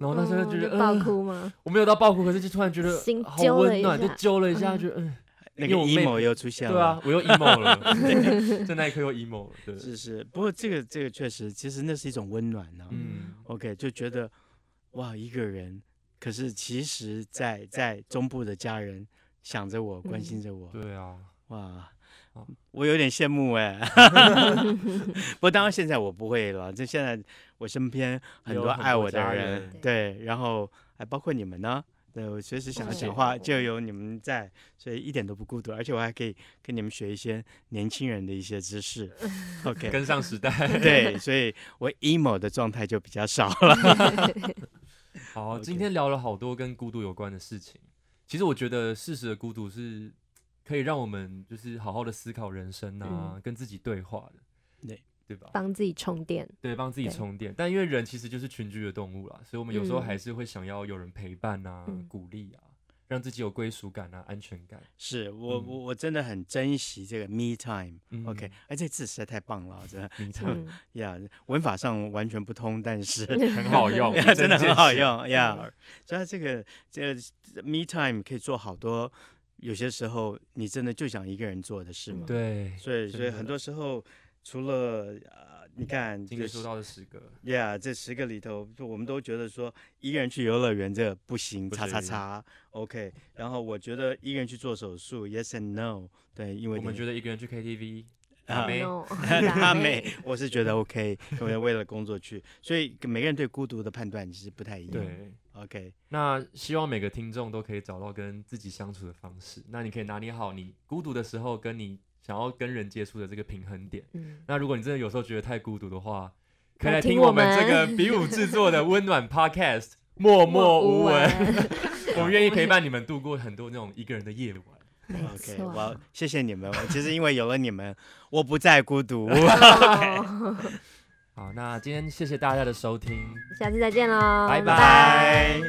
Speaker 2: 然后那时候就觉
Speaker 3: 哦
Speaker 2: 得、
Speaker 3: 爆
Speaker 2: 呃
Speaker 3: 哭吗？
Speaker 2: 我没有到爆哭，可是就突然觉得
Speaker 3: 心
Speaker 2: 好
Speaker 3: 揪了
Speaker 2: 温
Speaker 3: 一
Speaker 2: 暖，就
Speaker 3: 下
Speaker 2: 揪了一下，
Speaker 3: 嗯
Speaker 2: 觉得 嗯，
Speaker 4: 那
Speaker 2: 因
Speaker 4: 个
Speaker 2: 为我妹
Speaker 4: emo 又出现了，
Speaker 2: 对啊，我又 emo 了，对在那一刻又 emo 了，对，
Speaker 4: 是是。不过这个这个确实，其实那是一种温暖呢、
Speaker 2: 嗯，
Speaker 4: OK，就觉得哇，一个人，可是其实在在中部的家人想着我，关心着我，
Speaker 2: 对啊，
Speaker 4: 哇
Speaker 2: 哦，
Speaker 4: 我有点羡慕哎、 不过当然现在我不会了，就现在我身边很
Speaker 2: 有
Speaker 4: 多
Speaker 2: 很多
Speaker 4: 爱我的
Speaker 2: 家
Speaker 4: 人，
Speaker 2: 人
Speaker 4: 对，然后还包括你们呢。对，我随时想要
Speaker 3: 谢谢
Speaker 4: 讲话就有你们在，所以一点都不孤独，而且我还可以跟你们学一些年轻人的一些知识。OK，
Speaker 2: 跟上时代，
Speaker 4: 对，所以我 emo 的状态就比较少了。
Speaker 2: 好，今
Speaker 4: OK
Speaker 2: 天聊了好多跟孤独有关的事情。其实我觉得适时的孤独是可以让我们就是好好的思考人生啊，跟自己对话的，
Speaker 4: 嗯对
Speaker 2: 对吧？
Speaker 3: 帮自己充 电，
Speaker 2: 对，帮自己
Speaker 3: 对
Speaker 2: 充电。但因为人其实就是群居的动物啦，所以我们有时候还
Speaker 3: 嗯
Speaker 2: 是会想要有人陪伴啊、
Speaker 3: 嗯
Speaker 2: 鼓励啊，让自己有归属感啊、安全感。
Speaker 4: 是我
Speaker 2: 嗯
Speaker 4: 我我真的很珍惜这个 me time。
Speaker 2: 嗯
Speaker 4: OK，哎，这字实在太棒了，真的
Speaker 2: 名称
Speaker 3: 嗯，
Speaker 4: 呀文法上完全不通，但是，
Speaker 2: 很好用
Speaker 4: 真的很好
Speaker 2: 见血。嗯
Speaker 4: 用呀。所以这个这个 me time 可以做好多，有些时候你真的就想一个人做的事嘛。
Speaker 2: 对，
Speaker 4: 所以
Speaker 2: 真
Speaker 4: 所以
Speaker 2: 的
Speaker 4: 很多时候，除了呃，你看
Speaker 2: 今
Speaker 4: 就
Speaker 2: 天
Speaker 4: 是
Speaker 2: 说到的十个，
Speaker 4: Yeah，这十个里头，就我们都觉得说一个人去游乐园这不行，
Speaker 2: 不
Speaker 4: 叉叉
Speaker 2: 行
Speaker 4: 叉，OK。然后我觉得一个人去做手术，Yes and No，对，因为
Speaker 2: 我们
Speaker 4: 你
Speaker 2: 觉得一个人去 KTV，
Speaker 4: 啊
Speaker 2: 打妹
Speaker 3: No，
Speaker 4: 他
Speaker 3: 打
Speaker 4: 美
Speaker 3: 妹，
Speaker 4: 我是觉得 OK，因为为了工作去，所以每个人对孤独的判断其实不太一样。
Speaker 2: 对。
Speaker 3: 嗯
Speaker 4: ，OK，
Speaker 2: 那希望每个听众都可以找到跟自己相处的方式。那你可以拿捏好你孤独的时候跟你想要跟人接触的这个平衡点。
Speaker 3: 嗯，
Speaker 2: 那如果你真的有时候觉得太孤独的话，可以
Speaker 3: 来
Speaker 2: 来
Speaker 3: 听
Speaker 2: 听
Speaker 3: 我
Speaker 2: 我们这个
Speaker 3: 们
Speaker 2: 比武制作的温暖 Podcast，默默无闻。
Speaker 3: 闻，
Speaker 2: 我们愿意陪伴你们度过很多那种一个人的夜晚。
Speaker 3: 没
Speaker 4: OK，
Speaker 3: 错，
Speaker 4: 我谢谢你们。我其实因为有了你们，我不再孤 独。
Speaker 3: 哦
Speaker 2: 好，那今天谢谢大家的收听。
Speaker 3: 下次再见喽，
Speaker 2: 拜
Speaker 4: 拜。